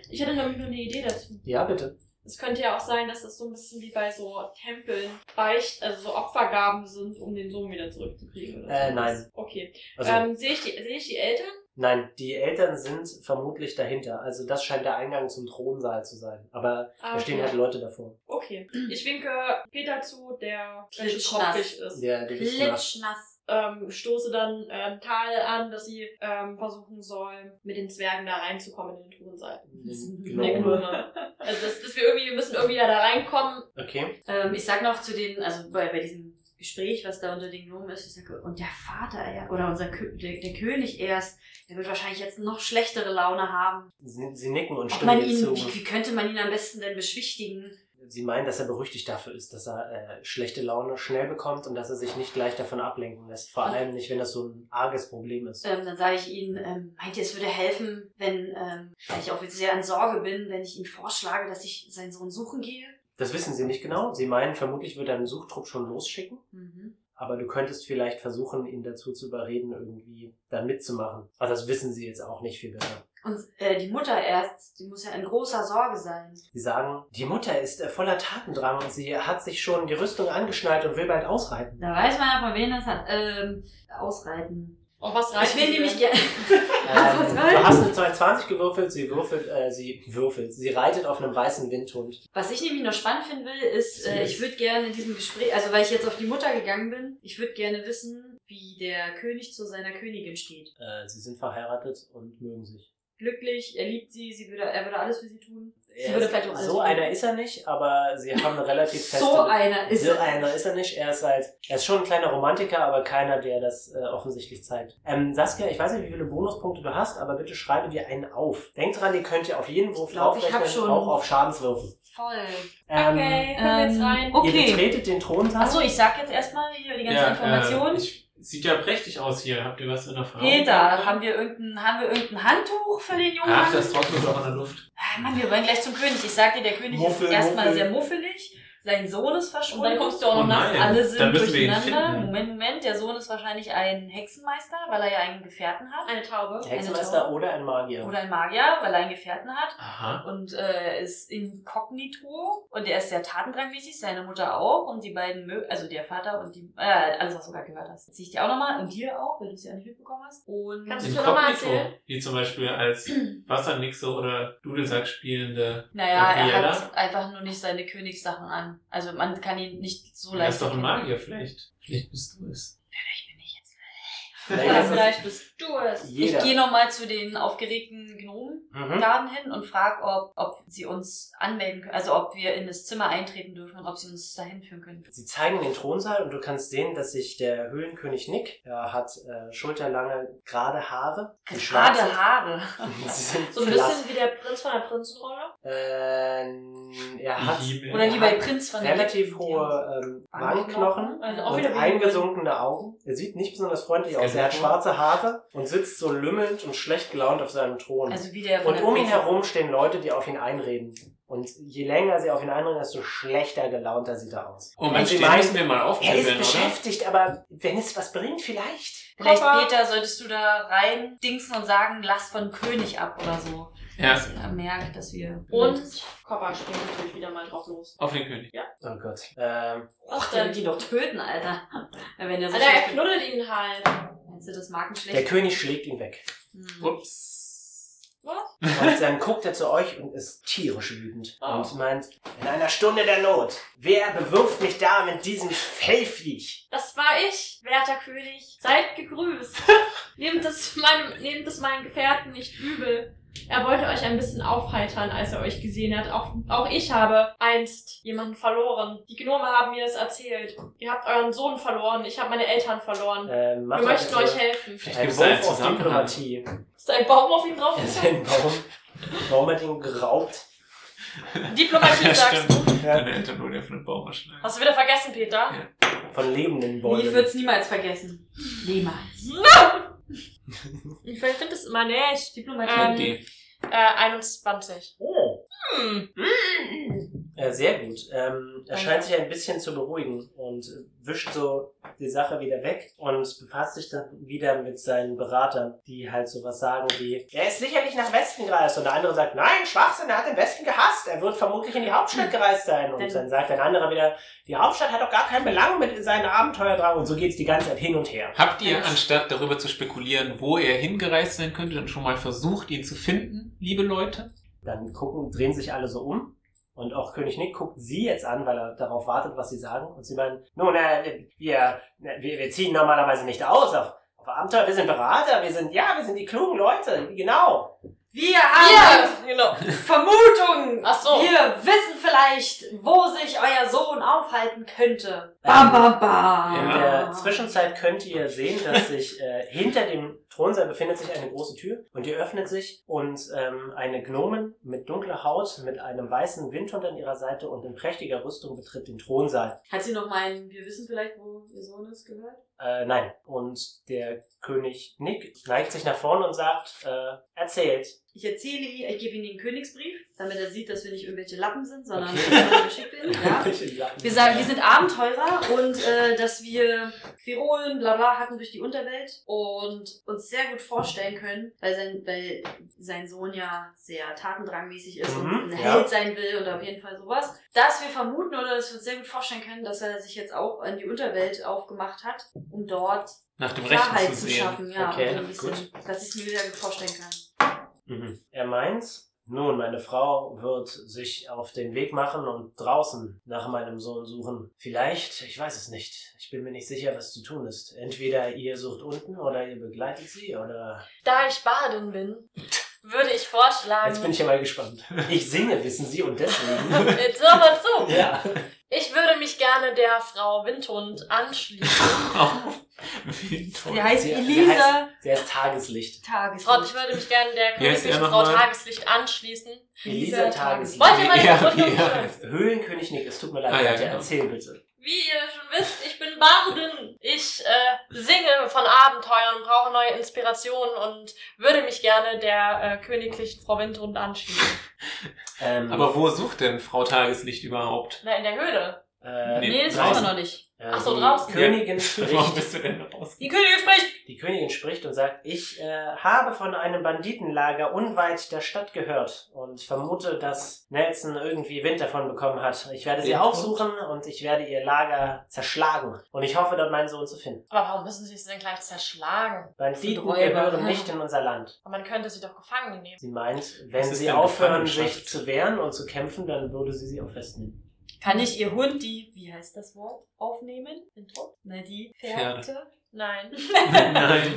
Speaker 5: ich hatte nämlich nur eine Idee dazu.
Speaker 2: Ja, bitte.
Speaker 5: Es könnte ja auch sein, dass es so ein bisschen wie bei so Tempeln beicht, also so Opfergaben sind, um den Sohn wieder zurückzukriegen. Oder
Speaker 2: Äh,
Speaker 5: so.
Speaker 2: nein.
Speaker 5: Okay.
Speaker 2: Also,
Speaker 5: Ähm, sehe ich, die- sehe ich die Eltern?
Speaker 2: nein, die Eltern sind vermutlich dahinter. Also das scheint der Eingang zum Thronsaal zu sein. Aber
Speaker 5: Ah,
Speaker 2: da stehen
Speaker 5: okay.
Speaker 2: halt Leute davor.
Speaker 5: Okay. Ich winke Peter zu, der
Speaker 3: Klitschnass.
Speaker 5: klitschkopfig ist.
Speaker 2: Der, der ist nach-
Speaker 3: Klitschnass.
Speaker 5: Ähm, stoße dann ähm, Tal an, dass sie ähm, versuchen soll, mit den Zwergen da reinzukommen in den Thronsaal. Der
Speaker 2: Genau.
Speaker 5: Glone. Also, dass, dass wir irgendwie, wir müssen irgendwie da, da reinkommen.
Speaker 2: Okay.
Speaker 3: Ähm, ich sag noch zu den, also bei, bei diesem Gespräch, was da unter den Gnomen ist, ich sage, und der Vater er- oder unser Kö der, der König erst, der wird wahrscheinlich jetzt noch schlechtere Laune haben.
Speaker 2: Sie, sie nicken und
Speaker 3: Ob
Speaker 2: stimmen
Speaker 3: man
Speaker 2: dir
Speaker 3: ihn,
Speaker 2: zu.
Speaker 3: wie, wie könnte man ihn am besten denn beschwichtigen?
Speaker 2: Sie meinen, dass er berüchtigt dafür ist, dass er äh, schlechte Laune schnell bekommt und dass er sich nicht leicht davon ablenken lässt. Vor allem nicht, wenn das so ein arges Problem ist.
Speaker 3: Ähm, dann sage ich ihnen, ähm, meint ihr, es würde helfen, wenn, ähm, weil ich auch jetzt sehr in Sorge bin, wenn ich ihm vorschlage, dass ich seinen Sohn suchen gehe?
Speaker 2: Das wissen sie nicht genau. Sie meinen, vermutlich wird er einen Suchtrupp schon losschicken.
Speaker 3: Mhm.
Speaker 2: Aber du könntest vielleicht versuchen, ihn dazu zu überreden, irgendwie da mitzumachen. Aber das wissen sie jetzt auch nicht viel besser.
Speaker 3: Und äh, die Mutter erst, die muss ja in großer Sorge sein.
Speaker 2: Sie sagen, die Mutter ist äh, voller Tatendrang und sie hat sich schon die Rüstung angeschnallt und will bald ausreiten.
Speaker 3: Da weiß man ja, von wem das hat. Ähm, ausreiten.
Speaker 5: Auf was rein.
Speaker 3: Ich will nämlich gerne.
Speaker 2: Ähm,
Speaker 3: Was soll?
Speaker 2: du hast eine 22 gewürfelt, sie würfelt, äh, sie würfelt, sie reitet auf einem weißen Windhund.
Speaker 3: Was ich nämlich noch spannend finden will, ist, äh, ich würde gerne in diesem Gespräch, also weil ich jetzt auf die Mutter gegangen bin, ich würde gerne wissen, wie der König zu seiner Königin steht.
Speaker 2: Äh, sie sind verheiratet und mögen sich.
Speaker 3: Glücklich, er liebt sie, sie würde, er würde alles für sie tun. Sie
Speaker 2: Er
Speaker 3: würde
Speaker 2: ist-
Speaker 3: vielleicht auch alles
Speaker 2: Äh, so
Speaker 3: tun.
Speaker 2: einer ist er nicht, aber sie haben eine relativ feste.
Speaker 3: So einer ist
Speaker 2: so einer ah ist er nicht. Er ist halt, er ist schon ein kleiner Romantiker, aber keiner, der das äh, offensichtlich zeigt. Ähm, Saskia, ich weiß nicht, wie viele Bonuspunkte du hast, aber bitte schreibe dir einen auf. Denk dran, die könnt ihr auf jeden Wurf
Speaker 3: Ich glaub, ich hab
Speaker 2: draufrechnen,
Speaker 3: schon-
Speaker 2: auch auf Schadenswürfen.
Speaker 3: Voll.
Speaker 2: Ähm,
Speaker 5: Okay, können wir jetzt
Speaker 3: Ähm,
Speaker 5: rein?
Speaker 3: oh.
Speaker 2: Ihr
Speaker 3: Okay.
Speaker 2: betretet den Thronsaal.
Speaker 3: Achso, ich sag jetzt erstmal hier die ganzen Informationen.
Speaker 4: Äh, ich, sieht ja prächtig aus hier. Habt ihr was in der Frau?
Speaker 3: Peter, haben wir, irgendein, haben wir irgendein Handtuch für den jungen
Speaker 4: Ach,
Speaker 3: Mann?
Speaker 4: das trocknet auch in der Luft.
Speaker 3: Ah, Mann, wir wollen gleich zum König. Ich sag dir, der König
Speaker 2: Muffel,
Speaker 3: ist erstmal
Speaker 2: Muffel.
Speaker 3: sehr muffelig. Sein Sohn ist
Speaker 5: Und dann
Speaker 3: verschwunden.
Speaker 5: kommst du auch noch
Speaker 4: Oh
Speaker 5: nach.
Speaker 4: nein.
Speaker 3: Alle sind
Speaker 4: Dann müssen wir ihn
Speaker 3: durcheinander.
Speaker 4: finden.
Speaker 3: Moment, Moment. Der Sohn ist wahrscheinlich ein Hexenmeister, weil er ja einen Gefährten hat.
Speaker 5: Eine Taube.
Speaker 2: Der Hexenmeister oder ein Magier.
Speaker 3: Oder ein Magier, weil er einen Gefährten hat.
Speaker 4: Aha.
Speaker 3: Und äh, ist inkognito. Und er ist sehr tatendrangmäßig, seine Mutter auch. Und die beiden mögen, also der Vater und die, äh, alles, was du gerade gehört hast. Zieh ich dir auch nochmal. Und dir auch, weil du es ja nicht mitbekommen hast. Und
Speaker 5: Kannst du- nochmal
Speaker 4: Inkognito,
Speaker 5: erzähn?
Speaker 4: wie zum Beispiel als Wassernixe oder Dudelsack spielende.
Speaker 3: naja, er
Speaker 4: Gabriela?
Speaker 3: hat einfach nur nicht seine Königssachen an. Also man kann ihn nicht so
Speaker 4: Er
Speaker 3: leicht.
Speaker 4: ist doch ein
Speaker 3: erkennen.
Speaker 4: Magier, vielleicht. Vielleicht bist du es.
Speaker 3: Ich bin nicht jetzt.
Speaker 5: Ja,
Speaker 2: Vielleicht ist es
Speaker 5: vielleicht bist du es.
Speaker 2: jeder.
Speaker 3: Ich gehe nochmal zu den aufgeregten Gnomen.
Speaker 2: mhm.
Speaker 3: Garden hin und frag, ob, ob sie uns anmelden können, also ob wir in das Zimmer eintreten dürfen und ob sie uns dahin führen können.
Speaker 2: Sie zeigen den Thronsaal und du kannst sehen, dass sich der Höhlenkönig Nick, er hat äh, schulterlange, gerade Haare. die schwarz
Speaker 3: Gerade Haare.
Speaker 2: sind. Sie sind
Speaker 5: So ein
Speaker 2: glatt.
Speaker 5: bisschen wie der Prinz von der Prinzenrolle.
Speaker 2: Ähm, er hat
Speaker 4: Himmel.
Speaker 3: Oder
Speaker 2: er
Speaker 3: wie bei
Speaker 2: hat
Speaker 3: Prinz von
Speaker 2: relativ
Speaker 3: Ägypten, die haben
Speaker 2: hohe ähm,
Speaker 3: so
Speaker 2: Wangenknochen
Speaker 5: Also auch
Speaker 2: und
Speaker 5: wieder wie-
Speaker 2: eingesunkene Augen. Er sieht nicht besonders freundlich aus. Er hat schwarze Haare und sitzt so lümmelnd und schlecht gelaunt auf seinem Thron.
Speaker 3: Also wie der von
Speaker 2: Und
Speaker 3: der
Speaker 2: um ihn
Speaker 3: Prinz-
Speaker 2: herum stehen Leute, die auf ihn einreden. Und je länger sie auf ihn einreden, desto schlechter gelaunter sieht er aus.
Speaker 4: Oh
Speaker 2: Und
Speaker 4: Mensch,
Speaker 2: sie
Speaker 4: den müssen
Speaker 2: meinen,
Speaker 4: wir mal
Speaker 2: er ist
Speaker 4: aufkippeln, oder?
Speaker 2: beschäftigt, aber wenn es was bringt, vielleicht.
Speaker 3: Vielleicht
Speaker 5: Papa.
Speaker 3: Peter solltest du da rein dingsen und sagen, lass von König ab oder so.
Speaker 4: Ja,
Speaker 3: Dass er merkt, dass wir.
Speaker 5: Und Kopper springt natürlich wieder mal drauf los.
Speaker 4: auf den König.
Speaker 2: Oh Gott. Ähm,
Speaker 3: Och, der wird die doch töten, Alter. Wenn der so
Speaker 5: Alter, er
Speaker 3: schlecht-
Speaker 5: knuddelt ihn halt.
Speaker 3: Meinst du das Markenschlecht?
Speaker 2: der König schlägt ihn weg.
Speaker 3: Hm.
Speaker 4: Ups.
Speaker 5: Was?
Speaker 2: Und dann guckt er zu euch und ist tierisch wütend.
Speaker 5: Oh.
Speaker 4: Ah.
Speaker 2: Und meint, in einer Stunde der Not, wer bewirft mich da mit diesem Fellviech?
Speaker 5: Das war ich, werter König. Seid gegrüßt. nehmt, es meinem, nehmt es meinen Gefährten nicht übel. Er wollte euch ein bisschen aufheitern, als er euch gesehen hat. Auch, auch ich habe einst jemanden verloren. Die Gnome haben mir das erzählt. Ihr habt euren Sohn verloren. Ich habe meine Eltern verloren.
Speaker 2: Ähm,
Speaker 5: Wir
Speaker 2: macht
Speaker 5: möchten
Speaker 2: bitte
Speaker 5: euch helfen.
Speaker 4: Vielleicht
Speaker 2: einen
Speaker 4: gibt es da einen
Speaker 2: Wurf auf
Speaker 4: Zusammenhang.
Speaker 2: Diplomatie.
Speaker 5: Ist da ein Baum auf ihn drauf?
Speaker 2: Er ist ein Baum. Baum hat ihn geraubt.
Speaker 5: Diplomatie
Speaker 4: Ja,
Speaker 5: sagst du.
Speaker 4: stimmt. Deine Eltern wurden ja von einem Baum erschlagen.
Speaker 5: Hast du wieder vergessen, Peter?
Speaker 2: Von lebenden Bäumen.
Speaker 3: Ich würde es niemals vergessen. Niemals.
Speaker 5: Ich finde das immer nicht.
Speaker 3: Ähm, Diplomatie.
Speaker 5: Ähm,
Speaker 4: Idee.
Speaker 5: Äh, 21.
Speaker 2: Oh.
Speaker 5: Hm.
Speaker 2: Äh, sehr gut. Ähm, er scheint sich ein bisschen zu beruhigen und wischt so die Sache wieder weg und befasst sich dann wieder mit seinen Beratern, die halt sowas sagen wie, er ist sicherlich nach Westen gereist und der andere sagt, nein, Schwachsinn, er hat den Westen gehasst, er wird vermutlich in die Hauptstadt gereist sein und
Speaker 3: Dann-
Speaker 2: dann sagt ein anderer wieder, die Hauptstadt hat doch gar keinen Belang mit seinen Abenteuerdrang und so geht's die ganze Zeit hin und her.
Speaker 4: Habt ihr, anstatt darüber zu spekulieren, wo er hingereist sein könnte, dann schon mal versucht, ihn zu finden, liebe Leute?
Speaker 2: Dann gucken, drehen sich alle so um. Und auch König Nick guckt sie jetzt an, weil er darauf wartet, was sie sagen. Und sie meinen, nun, äh, wir, wir, wir ziehen normalerweise nicht aus auf, auf Abenteuer. Wir sind Berater, wir sind, ja, wir sind die klugen Leute. Genau.
Speaker 3: Wir haben
Speaker 5: genau.
Speaker 3: Vermutungen.
Speaker 5: Ach so.
Speaker 3: Wir wissen vielleicht, wo sich euer Sohn aufhalten könnte. Bam, bam, bam.
Speaker 2: In
Speaker 4: Ah.
Speaker 2: der Zwischenzeit könnt ihr sehen, dass sich äh, hinter dem Thronsaal befindet sich eine große Tür. Und die öffnet sich. Und ähm, eine Gnomen mit dunkler Haut, mit einem weißen Windhund an ihrer Seite und in prächtiger Rüstung betritt den Thronsaal.
Speaker 3: Hat sie noch meinen, wir wissen vielleicht, wo ihr Sohn ist, gehört?
Speaker 2: Äh, nein. Und der König Nick neigt sich nach vorne und sagt, äh, erzählt.
Speaker 3: Ich erzähle ihm, ich gebe ihm den Königsbrief, damit er sieht, dass wir nicht irgendwelche Lappen sind, sondern
Speaker 2: Okay.
Speaker 3: geschickt sind. Ja. Wir sagen, wir sind Abenteurer und äh, dass wir Quirolen, bla bla, hatten durch die Unterwelt und uns sehr gut vorstellen können, weil sein, weil sein Sohn ja sehr tatendrangmäßig ist und
Speaker 2: Mhm,
Speaker 3: ein
Speaker 2: ja.
Speaker 3: Held sein will und auf jeden Fall sowas, dass wir vermuten oder dass wir uns sehr gut vorstellen können, dass er sich jetzt auch in die Unterwelt aufgemacht hat, um dort
Speaker 4: Nach dem Rechten
Speaker 3: Klarheit
Speaker 4: zu
Speaker 3: zu,
Speaker 4: sehen.
Speaker 3: schaffen. Ja,
Speaker 2: Okay,
Speaker 3: und ein bisschen, dass ich es mir wieder gut vorstellen kann.
Speaker 2: Mhm. Er meint, nun, meine Frau wird sich auf den Weg machen und draußen nach meinem Sohn suchen. Vielleicht, ich weiß es nicht. Ich bin mir nicht sicher, was zu tun ist. Entweder ihr sucht unten oder ihr begleitet sie oder...
Speaker 5: Da ich Badin bin, würde ich vorschlagen.
Speaker 2: Jetzt bin ich ja mal gespannt. Ich singe, wissen Sie, und deswegen...
Speaker 5: Jetzt hör mal zu.
Speaker 2: ja.
Speaker 5: Ich würde mich gerne der Frau Windhund anschließen.
Speaker 4: Wie toll.
Speaker 3: Sie heißt
Speaker 2: Sie- sie
Speaker 3: Elisa
Speaker 2: Der ist Tageslicht.
Speaker 5: Frau,
Speaker 3: Tageslicht.
Speaker 5: ich würde mich gerne der
Speaker 4: Wie heißt
Speaker 5: königlichen
Speaker 4: er
Speaker 5: Frau
Speaker 4: nochmal?
Speaker 5: Tageslicht anschließen.
Speaker 2: Elisa Tageslicht.
Speaker 5: Wollt ihr meine
Speaker 4: Ja,
Speaker 5: Begründung
Speaker 4: ja.
Speaker 5: hören?
Speaker 2: Höhlenkönig Nick, es tut mir leid,
Speaker 4: Ah, ja,
Speaker 2: Katja,
Speaker 4: genau.
Speaker 2: erzähl bitte.
Speaker 5: Wie ihr schon wisst, ich bin Bardin. Ich äh, singe von Abenteuern, brauche neue Inspirationen und würde mich gerne der äh, königlichen Frau Windhund anschließen.
Speaker 2: Ähm,
Speaker 4: Aber wo sucht denn Frau Tageslicht überhaupt?
Speaker 5: Na, in der Höhle.
Speaker 2: äh,
Speaker 4: Nee,
Speaker 3: Nee, das
Speaker 4: draußen.
Speaker 3: wissen wir noch nicht.
Speaker 2: Äh,
Speaker 5: Ach so,
Speaker 2: die
Speaker 5: draußen.
Speaker 2: Königin
Speaker 4: Warum
Speaker 2: spricht,
Speaker 4: bist du denn da raus?
Speaker 5: Die Königin spricht!
Speaker 2: die Königin spricht und sagt, ich äh, habe von einem Banditenlager unweit der Stadt gehört und vermute, dass Nelson irgendwie Wind davon bekommen hat. Ich werde sie
Speaker 4: Wind?
Speaker 2: aufsuchen und ich werde ihr Lager zerschlagen. Und ich hoffe, dort meinen Sohn zu finden.
Speaker 5: Aber warum müssen sie es denn gleich zerschlagen?
Speaker 2: Banditen
Speaker 3: Räuber.
Speaker 2: gehören nicht in unser Land.
Speaker 5: Man könnte sie doch gefangen nehmen.
Speaker 2: Sie meint, wenn
Speaker 4: ist
Speaker 2: sie
Speaker 4: denn
Speaker 2: aufhören,
Speaker 4: Gefangenschaft?
Speaker 2: sich zu wehren und zu kämpfen, dann würde sie sie auch festnehmen.
Speaker 3: Kann ich ihr Hund die, wie heißt das Wort, aufnehmen? Den Druck? Na, die
Speaker 4: Pferde.
Speaker 3: Pferde.
Speaker 5: Nein.
Speaker 4: Nein.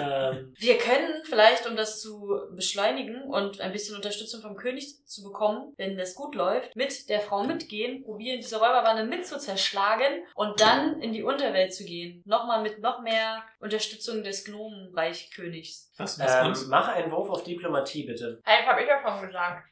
Speaker 2: Ähm,
Speaker 3: Wir können vielleicht, um das zu beschleunigen und ein bisschen Unterstützung vom König zu bekommen, wenn das gut läuft, mit der Frau mitgehen, probieren, diese Räuberbande mit zu zerschlagen und dann in die Unterwelt zu gehen. Nochmal mit noch mehr Unterstützung des Gnomenreichkönigs.
Speaker 4: Was, was
Speaker 2: ähm,
Speaker 4: uns?
Speaker 2: mach einen Wurf auf Diplomatie, bitte.
Speaker 5: Eigentlich habe ich ja schon gesagt.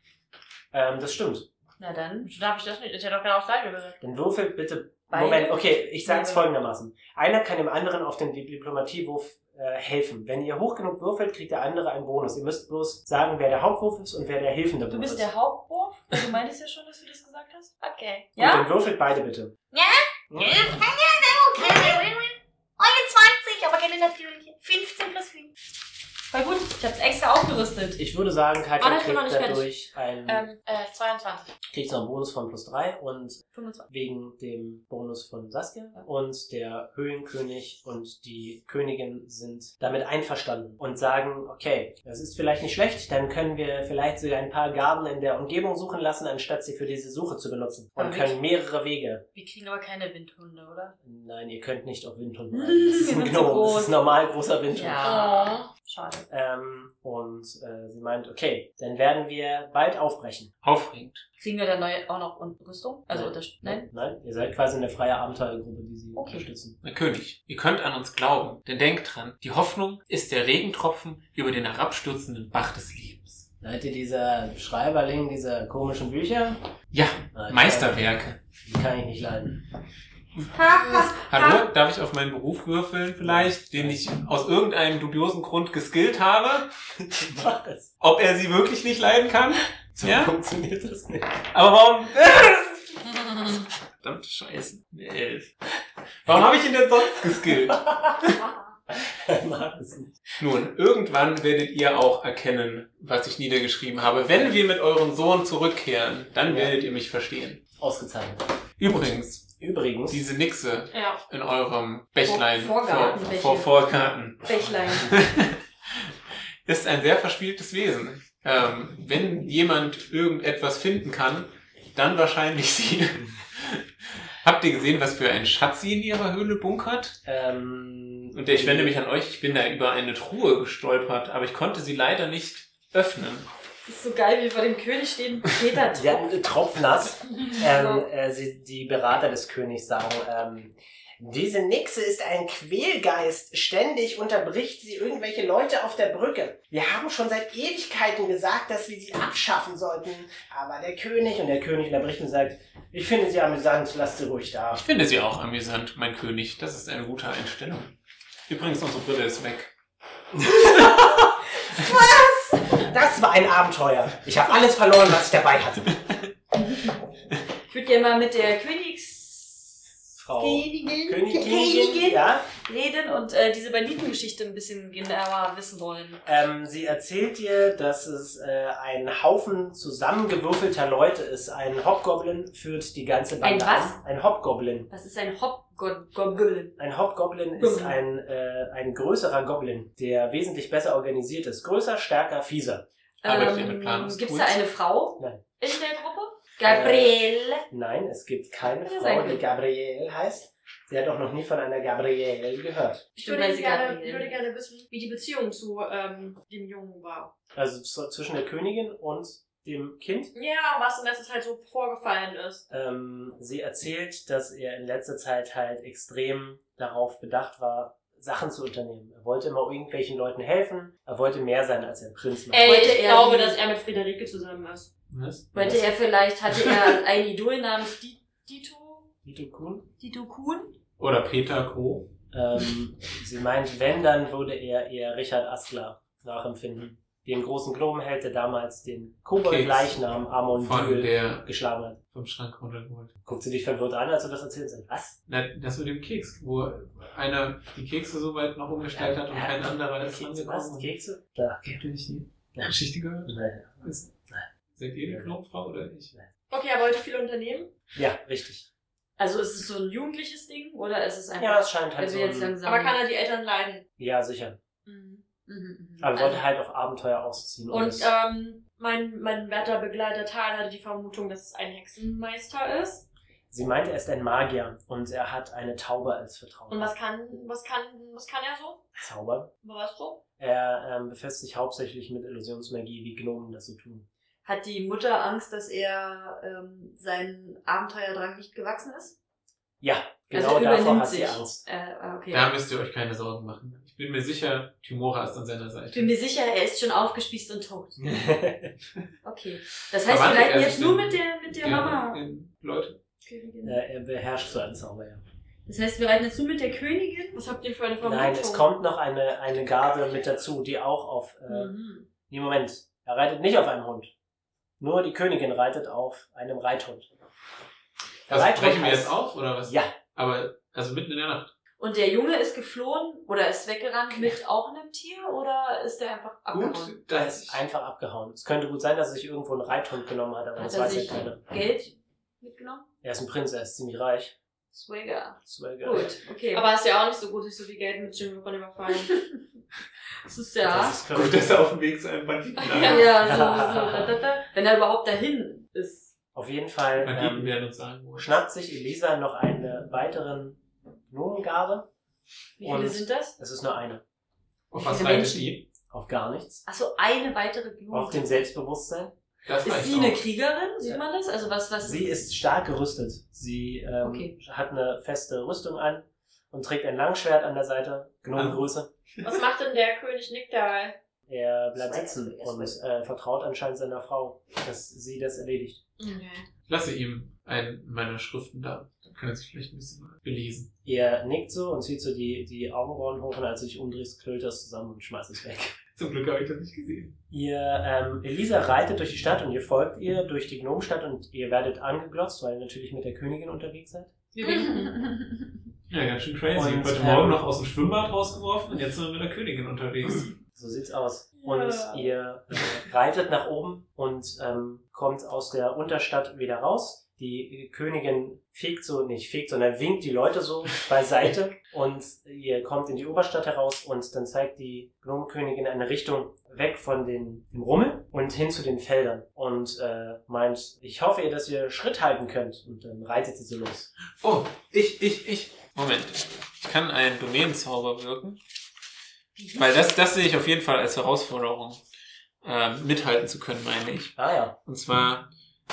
Speaker 2: Ähm, das stimmt.
Speaker 3: Na dann.
Speaker 5: Darf ich das nicht? Ich hätte doch genau das gleiche gesagt.
Speaker 2: Dann würfel bitte.
Speaker 3: Beide?
Speaker 2: Moment, okay, ich sage es
Speaker 3: Ja.
Speaker 2: folgendermaßen. Einer kann dem anderen auf den Diplomatiewurf äh, helfen. Wenn ihr hoch genug würfelt, kriegt der andere einen Bonus. Ihr müsst bloß sagen, wer der Hauptwurf ist und wer der helfende
Speaker 3: Du
Speaker 2: Wurf
Speaker 3: bist
Speaker 2: ist.
Speaker 3: der Hauptwurf. Du meintest ja schon, dass du das gesagt hast.
Speaker 5: Okay.
Speaker 2: und
Speaker 3: Ja?
Speaker 2: dann würfelt beide bitte.
Speaker 6: Eure 20, aber keine natürliche. 15 plus 5.
Speaker 3: Voll gut. Ich hab's extra aufgerüstet.
Speaker 2: Ich würde sagen,
Speaker 5: Ah,
Speaker 2: Katja
Speaker 5: das bin noch
Speaker 2: kriegt
Speaker 5: nicht
Speaker 2: dadurch einen,
Speaker 5: Ähm, äh, 22.
Speaker 2: kriegt noch einen Bonus von plus drei und
Speaker 3: 25.
Speaker 2: wegen dem Bonus von Saskia und der Höhlenkönig und die Königin sind damit einverstanden und sagen, okay, das ist vielleicht nicht schlecht, dann können wir vielleicht sogar ein paar Garden in der Umgebung suchen lassen, anstatt sie für diese Suche zu benutzen und
Speaker 3: Aber
Speaker 2: können mehrere Wege.
Speaker 3: Wir kriegen aber keine Windhunde, oder?
Speaker 2: Nein, ihr könnt nicht auf Windhund reiten.
Speaker 3: Wir
Speaker 2: Das ist ein
Speaker 3: sind zu
Speaker 2: Gnome, das
Speaker 3: groß.
Speaker 2: ist ein normal großer Windhund.
Speaker 3: Ja. Schade.
Speaker 2: Ähm, und äh, sie meint, okay, dann werden wir bald aufbrechen.
Speaker 4: Aufregend.
Speaker 3: Kriegen wir dann neu auch noch Un- Rüstung? Also
Speaker 2: Nein.
Speaker 3: Unterst Nein?
Speaker 2: Nein, ihr seid quasi eine freie Abenteuergruppe, die sie
Speaker 3: Okay.
Speaker 2: unterstützen.
Speaker 4: Herr König, ihr könnt an uns glauben, denn denkt dran, die Hoffnung ist der Regentropfen über den herabstürzenden Bach des Lebens.
Speaker 2: Seid ihr dieser Schreiberling dieser komischen Bücher?
Speaker 4: Ja,
Speaker 2: Nein,
Speaker 4: Meisterwerke.
Speaker 2: Die kann ich nicht leiden.
Speaker 1: Oh.
Speaker 4: Hallo, darf ich auf meinen Beruf würfeln vielleicht, den ich aus irgendeinem dubiosen Grund geskillt habe?
Speaker 2: Mach es.
Speaker 4: Ob er sie wirklich nicht leiden kann?
Speaker 2: So
Speaker 4: Ja?
Speaker 2: funktioniert das nicht.
Speaker 4: Aber warum... Verdammte Scheiße. Eine Elf. Warum habe ich ihn denn sonst geskillt?
Speaker 2: Er mag es nicht.
Speaker 4: Nun, irgendwann werdet ihr auch erkennen, was ich niedergeschrieben habe. Wenn wir mit eurem Sohn zurückkehren, dann
Speaker 2: Ja.
Speaker 4: werdet ihr mich verstehen.
Speaker 2: Ausgezeichnet.
Speaker 4: Übrigens,
Speaker 2: Übrigens,
Speaker 4: diese Nixe
Speaker 1: Ja.
Speaker 4: in eurem Bächlein,
Speaker 3: Vor- Vorgarten,
Speaker 4: vor,
Speaker 3: Bächlein.
Speaker 4: vor Vorgarten,
Speaker 3: Bächlein.
Speaker 4: ist ein sehr verspieltes Wesen. Ähm, wenn jemand irgendetwas finden kann, dann wahrscheinlich sie. Habt ihr gesehen, was für ein Schatz sie in ihrer Höhle bunkert?
Speaker 2: ähm,
Speaker 4: Und ich wende mich an euch, ich bin da über eine Truhe gestolpert, aber ich konnte sie leider nicht öffnen.
Speaker 3: Das ist so geil, wie wir vor dem König stehen. Peter
Speaker 2: Ja, tropfnass. ähm, äh, sie, die Berater des Königs sagen, ähm, diese Nixe ist ein Quälgeist. Ständig unterbricht sie irgendwelche Leute auf der Brücke. Wir haben schon seit Ewigkeiten gesagt, dass wir sie abschaffen sollten. Aber der König und der König unterbricht und sagt, ich finde sie amüsant, lasst sie ruhig da.
Speaker 4: Ich finde sie auch amüsant, mein König. Das ist eine gute Einstellung. Übrigens, unsere Brille ist weg.
Speaker 2: Das war ein Abenteuer. Ich habe alles verloren, was ich dabei hatte.
Speaker 3: Ich würde gerne mal mit der Königs...
Speaker 2: Frau.
Speaker 3: Königin,
Speaker 2: König,
Speaker 3: Königin
Speaker 2: Königin, ja.
Speaker 3: reden und äh, diese Banditengeschichte ein bisschen genauer wissen wollen.
Speaker 2: Ähm, sie erzählt dir, dass es äh, ein Haufen zusammengewürfelter Leute ist. Ein Hobgoblin führt die ganze Bande.
Speaker 3: Ein was?
Speaker 2: an. Ein Hobgoblin.
Speaker 3: Was ist ein Hobgoblin?
Speaker 2: Ein Hobgoblin ist
Speaker 3: Mhm.
Speaker 2: ein, äh, ein größerer Goblin, der wesentlich besser organisiert ist. Größer, stärker, fieser.
Speaker 4: Arbeitet ihr mit Planungs-
Speaker 3: Gibt es Ähm, da eine Frau
Speaker 2: Nein.
Speaker 3: in der Gruppe? Gabrielle.
Speaker 2: Nein, es gibt keine
Speaker 3: Das ist
Speaker 2: Frau,
Speaker 3: ein
Speaker 2: die Gabrielle heißt. Sie hat auch noch nie von einer Gabrielle gehört.
Speaker 1: Ich
Speaker 3: Stimmt,
Speaker 1: würde,
Speaker 3: weil sie
Speaker 1: gerne,
Speaker 3: Gabriele-
Speaker 1: ich würde gerne wissen, wie die Beziehung zu ähm, dem Jungen war.
Speaker 2: Also z- zwischen der Königin und dem Kind.
Speaker 1: Ja, was in letzter Zeit so vorgefallen ist.
Speaker 2: Ähm, sie erzählt, dass er in letzter Zeit halt extrem darauf bedacht war, Sachen zu unternehmen. Er wollte immer irgendwelchen Leuten helfen. Er wollte mehr sein als ein Prinz. macht.
Speaker 1: Ey,
Speaker 3: Wollte
Speaker 1: ich
Speaker 3: er
Speaker 1: glaube,
Speaker 3: die-
Speaker 1: dass er mit Friederike zusammen ist.
Speaker 4: Was?
Speaker 3: Wollte er vielleicht, hatte er ein Idol namens Di- Dito?
Speaker 2: Vito Kuhn?
Speaker 3: Dito Kuhn?
Speaker 4: Oder Peter Co.
Speaker 2: Ähm, sie meint, wenn, dann würde er eher Richard Astler nachempfinden. Den großen Gnomenheld, der damals den Kobold-Leichnam Amon
Speaker 4: Von
Speaker 2: Düel
Speaker 4: der
Speaker 2: geschlagen hat.
Speaker 4: vom Schrank runtergeholt.
Speaker 2: Guckt sie dich verwirrt an, als du das erzählst? Was?
Speaker 4: Na, das mit dem Keks, wo einer die Kekse so weit noch umgestellt hat und
Speaker 2: Ja,
Speaker 4: kein
Speaker 2: ja,
Speaker 4: anderer ist
Speaker 2: Kekse,
Speaker 4: rangekommen.
Speaker 2: was? Kekse? Ja.
Speaker 4: Habt ihr nicht die Geschichte gehört?
Speaker 2: Naja.
Speaker 4: Ist- Seid ihr die Knopffrau oder ich?
Speaker 1: Okay, er wollte viel unternehmen,
Speaker 2: ja, richtig.
Speaker 3: Also ist es so ein jugendliches Ding oder ist es einfach.
Speaker 2: Ja, es scheint halt
Speaker 3: also
Speaker 2: so
Speaker 3: jetzt
Speaker 2: ein,
Speaker 3: langsam.
Speaker 1: aber kann er die Eltern leiden.
Speaker 2: Ja, sicher.
Speaker 3: Mhm, mhm.
Speaker 2: Aber
Speaker 3: Also- äh,
Speaker 2: wollte halt auf Abenteuer ausziehen.
Speaker 1: Und
Speaker 2: es-
Speaker 1: ähm, mein, mein werter Begleiter Tal hatte die Vermutung, dass es ein Hexenmeister ist.
Speaker 2: sie meinte, er ist ein Magier und er hat eine Taube als Vertrauen.
Speaker 1: Und was kann, was kann, was kann er so?
Speaker 2: Zaubern.
Speaker 1: Was so?
Speaker 2: Er ähm, befasst sich hauptsächlich mit Illusionsmagie, wie Gnomen das so tun.
Speaker 3: Hat die Mutter Angst, dass er ähm, seinen Abenteuerdrang nicht gewachsen ist?
Speaker 2: Ja, genau
Speaker 3: also
Speaker 2: davor
Speaker 3: übernimmt
Speaker 2: hat
Speaker 3: sich.
Speaker 2: sie Angst.
Speaker 3: Äh, ah, okay.
Speaker 4: Da müsst ihr euch keine Sorgen machen. Ich bin mir sicher, Timora ist an seiner
Speaker 3: ich bin
Speaker 4: Seite.
Speaker 3: mir sicher, er ist schon aufgespießt und tot.
Speaker 2: äh,
Speaker 3: Okay. Das heißt, wir
Speaker 4: Verwandelt
Speaker 3: bleiben
Speaker 4: er
Speaker 3: jetzt
Speaker 4: sich
Speaker 3: nur
Speaker 4: denn?
Speaker 3: mit der, mit der
Speaker 4: Ja,
Speaker 3: Mama.
Speaker 4: in Leute.
Speaker 2: er beherrscht so einen Zauber, ja.
Speaker 3: Das heißt, wir reiten jetzt nur mit der Königin.
Speaker 1: Was habt ihr für eine Vermutung?
Speaker 2: Nein, es kommt noch eine, eine Garde mit dazu, die auch auf. Äh,
Speaker 3: Mhm.
Speaker 2: Nee, Moment. Er reitet nicht auf einem Hund. Nur die Königin reitet auf einem Reithund. Der
Speaker 4: Also
Speaker 2: Reithund
Speaker 4: brechen wir
Speaker 2: heißt-
Speaker 4: jetzt auf oder was?
Speaker 2: Ja,
Speaker 4: Aber, also mitten in der Nacht.
Speaker 3: Und der Junge ist geflohen oder ist weggerannt mit auch einem Tier oder ist der einfach abgehauen?
Speaker 4: Gut,
Speaker 2: er
Speaker 4: dass
Speaker 2: ist einfach abgehauen. Es könnte gut sein, dass er sich irgendwo einen Reithund genommen hat, aber
Speaker 3: Hat
Speaker 2: das
Speaker 3: er
Speaker 2: weiß ja
Speaker 3: sich
Speaker 2: keiner.
Speaker 3: Geld mitgenommen?
Speaker 2: Er ist ein Prinz, er ist ziemlich reich.
Speaker 3: Swagger.
Speaker 2: Swagger.
Speaker 3: Gut, okay.
Speaker 1: Aber ist ja auch nicht so gut, sich so viel Geld mit Jimmy überfallen.
Speaker 3: es ist
Speaker 2: Das
Speaker 3: ja.
Speaker 2: ist
Speaker 4: Gut, dass er auf dem Weg zu einem Banditen
Speaker 3: Ja,
Speaker 4: lag.
Speaker 3: ja so, so. Da, da, da. Wenn er überhaupt dahin ist.
Speaker 2: Auf jeden Fall
Speaker 4: Banditen
Speaker 2: ähm,
Speaker 4: werden uns sagen, wo er ist.
Speaker 2: schnappt sich Elisa noch eine weiteren Gnomengarde.
Speaker 3: Wie viele
Speaker 2: Und-
Speaker 3: sind das?
Speaker 2: Es ist nur eine.
Speaker 4: Auf was
Speaker 3: Diese
Speaker 4: reitet
Speaker 3: Menschen.
Speaker 4: die?
Speaker 2: Auf gar nichts.
Speaker 3: Achso, eine weitere Blume.
Speaker 2: Auf dem Selbstbewusstsein.
Speaker 4: Das
Speaker 3: Ist
Speaker 4: reicht
Speaker 3: sie
Speaker 4: auch.
Speaker 3: eine Kriegerin? Sieht man das? Also was, was?
Speaker 2: Sie ist stark gerüstet. Sie ähm,
Speaker 3: Okay.
Speaker 2: hat eine feste Rüstung an und trägt ein Langschwert an der Seite. Gnomengröße.
Speaker 1: was macht denn der König Nickdal?
Speaker 2: Er bleibt
Speaker 3: Zwei,
Speaker 2: sitzen
Speaker 3: zwei,
Speaker 2: und äh, vertraut anscheinend seiner Frau, dass sie das erledigt.
Speaker 1: Okay.
Speaker 4: Ich lasse ihm einen meiner Schriften da. Kann er sich vielleicht ein bisschen belesen.
Speaker 2: Ihr nickt so und zieht so die, die Augenbrauen hoch und als du dich umdrehst, knüllt das zusammen und schmeißt es weg.
Speaker 4: Zum Glück habe ich das nicht gesehen.
Speaker 2: Ihr, ähm, Elisa reitet durch die Stadt und ihr folgt ihr durch die Gnomenstadt und ihr werdet angeglotzt, weil ihr natürlich mit der Königin unterwegs seid.
Speaker 4: Ja, ganz schön crazy.
Speaker 2: Und,
Speaker 4: Und, heute
Speaker 2: ähm,
Speaker 4: Morgen noch aus dem Schwimmbad rausgeworfen und jetzt sind wir mit der Königin unterwegs.
Speaker 2: So sieht's aus.
Speaker 1: Ja.
Speaker 2: Und ihr äh, reitet nach oben und ähm, kommt aus der Unterstadt wieder raus. Die äh, Königin fegt so, nicht fegt, sondern winkt die Leute so beiseite und ihr kommt in die Oberstadt heraus und dann zeigt die Gnomenkönigin eine Richtung weg von den, dem Rummel und hin zu den Feldern und äh, meint, ich hoffe ihr, dass ihr Schritt halten könnt und dann reitet sie so los.
Speaker 4: Oh, ich, ich, ich. Moment. Ich kann einen Domänenzauber wirken. Weil das, das sehe ich auf jeden Fall als Herausforderung, ähm, mithalten zu können, meine ich.
Speaker 2: Ah ja,
Speaker 4: Und zwar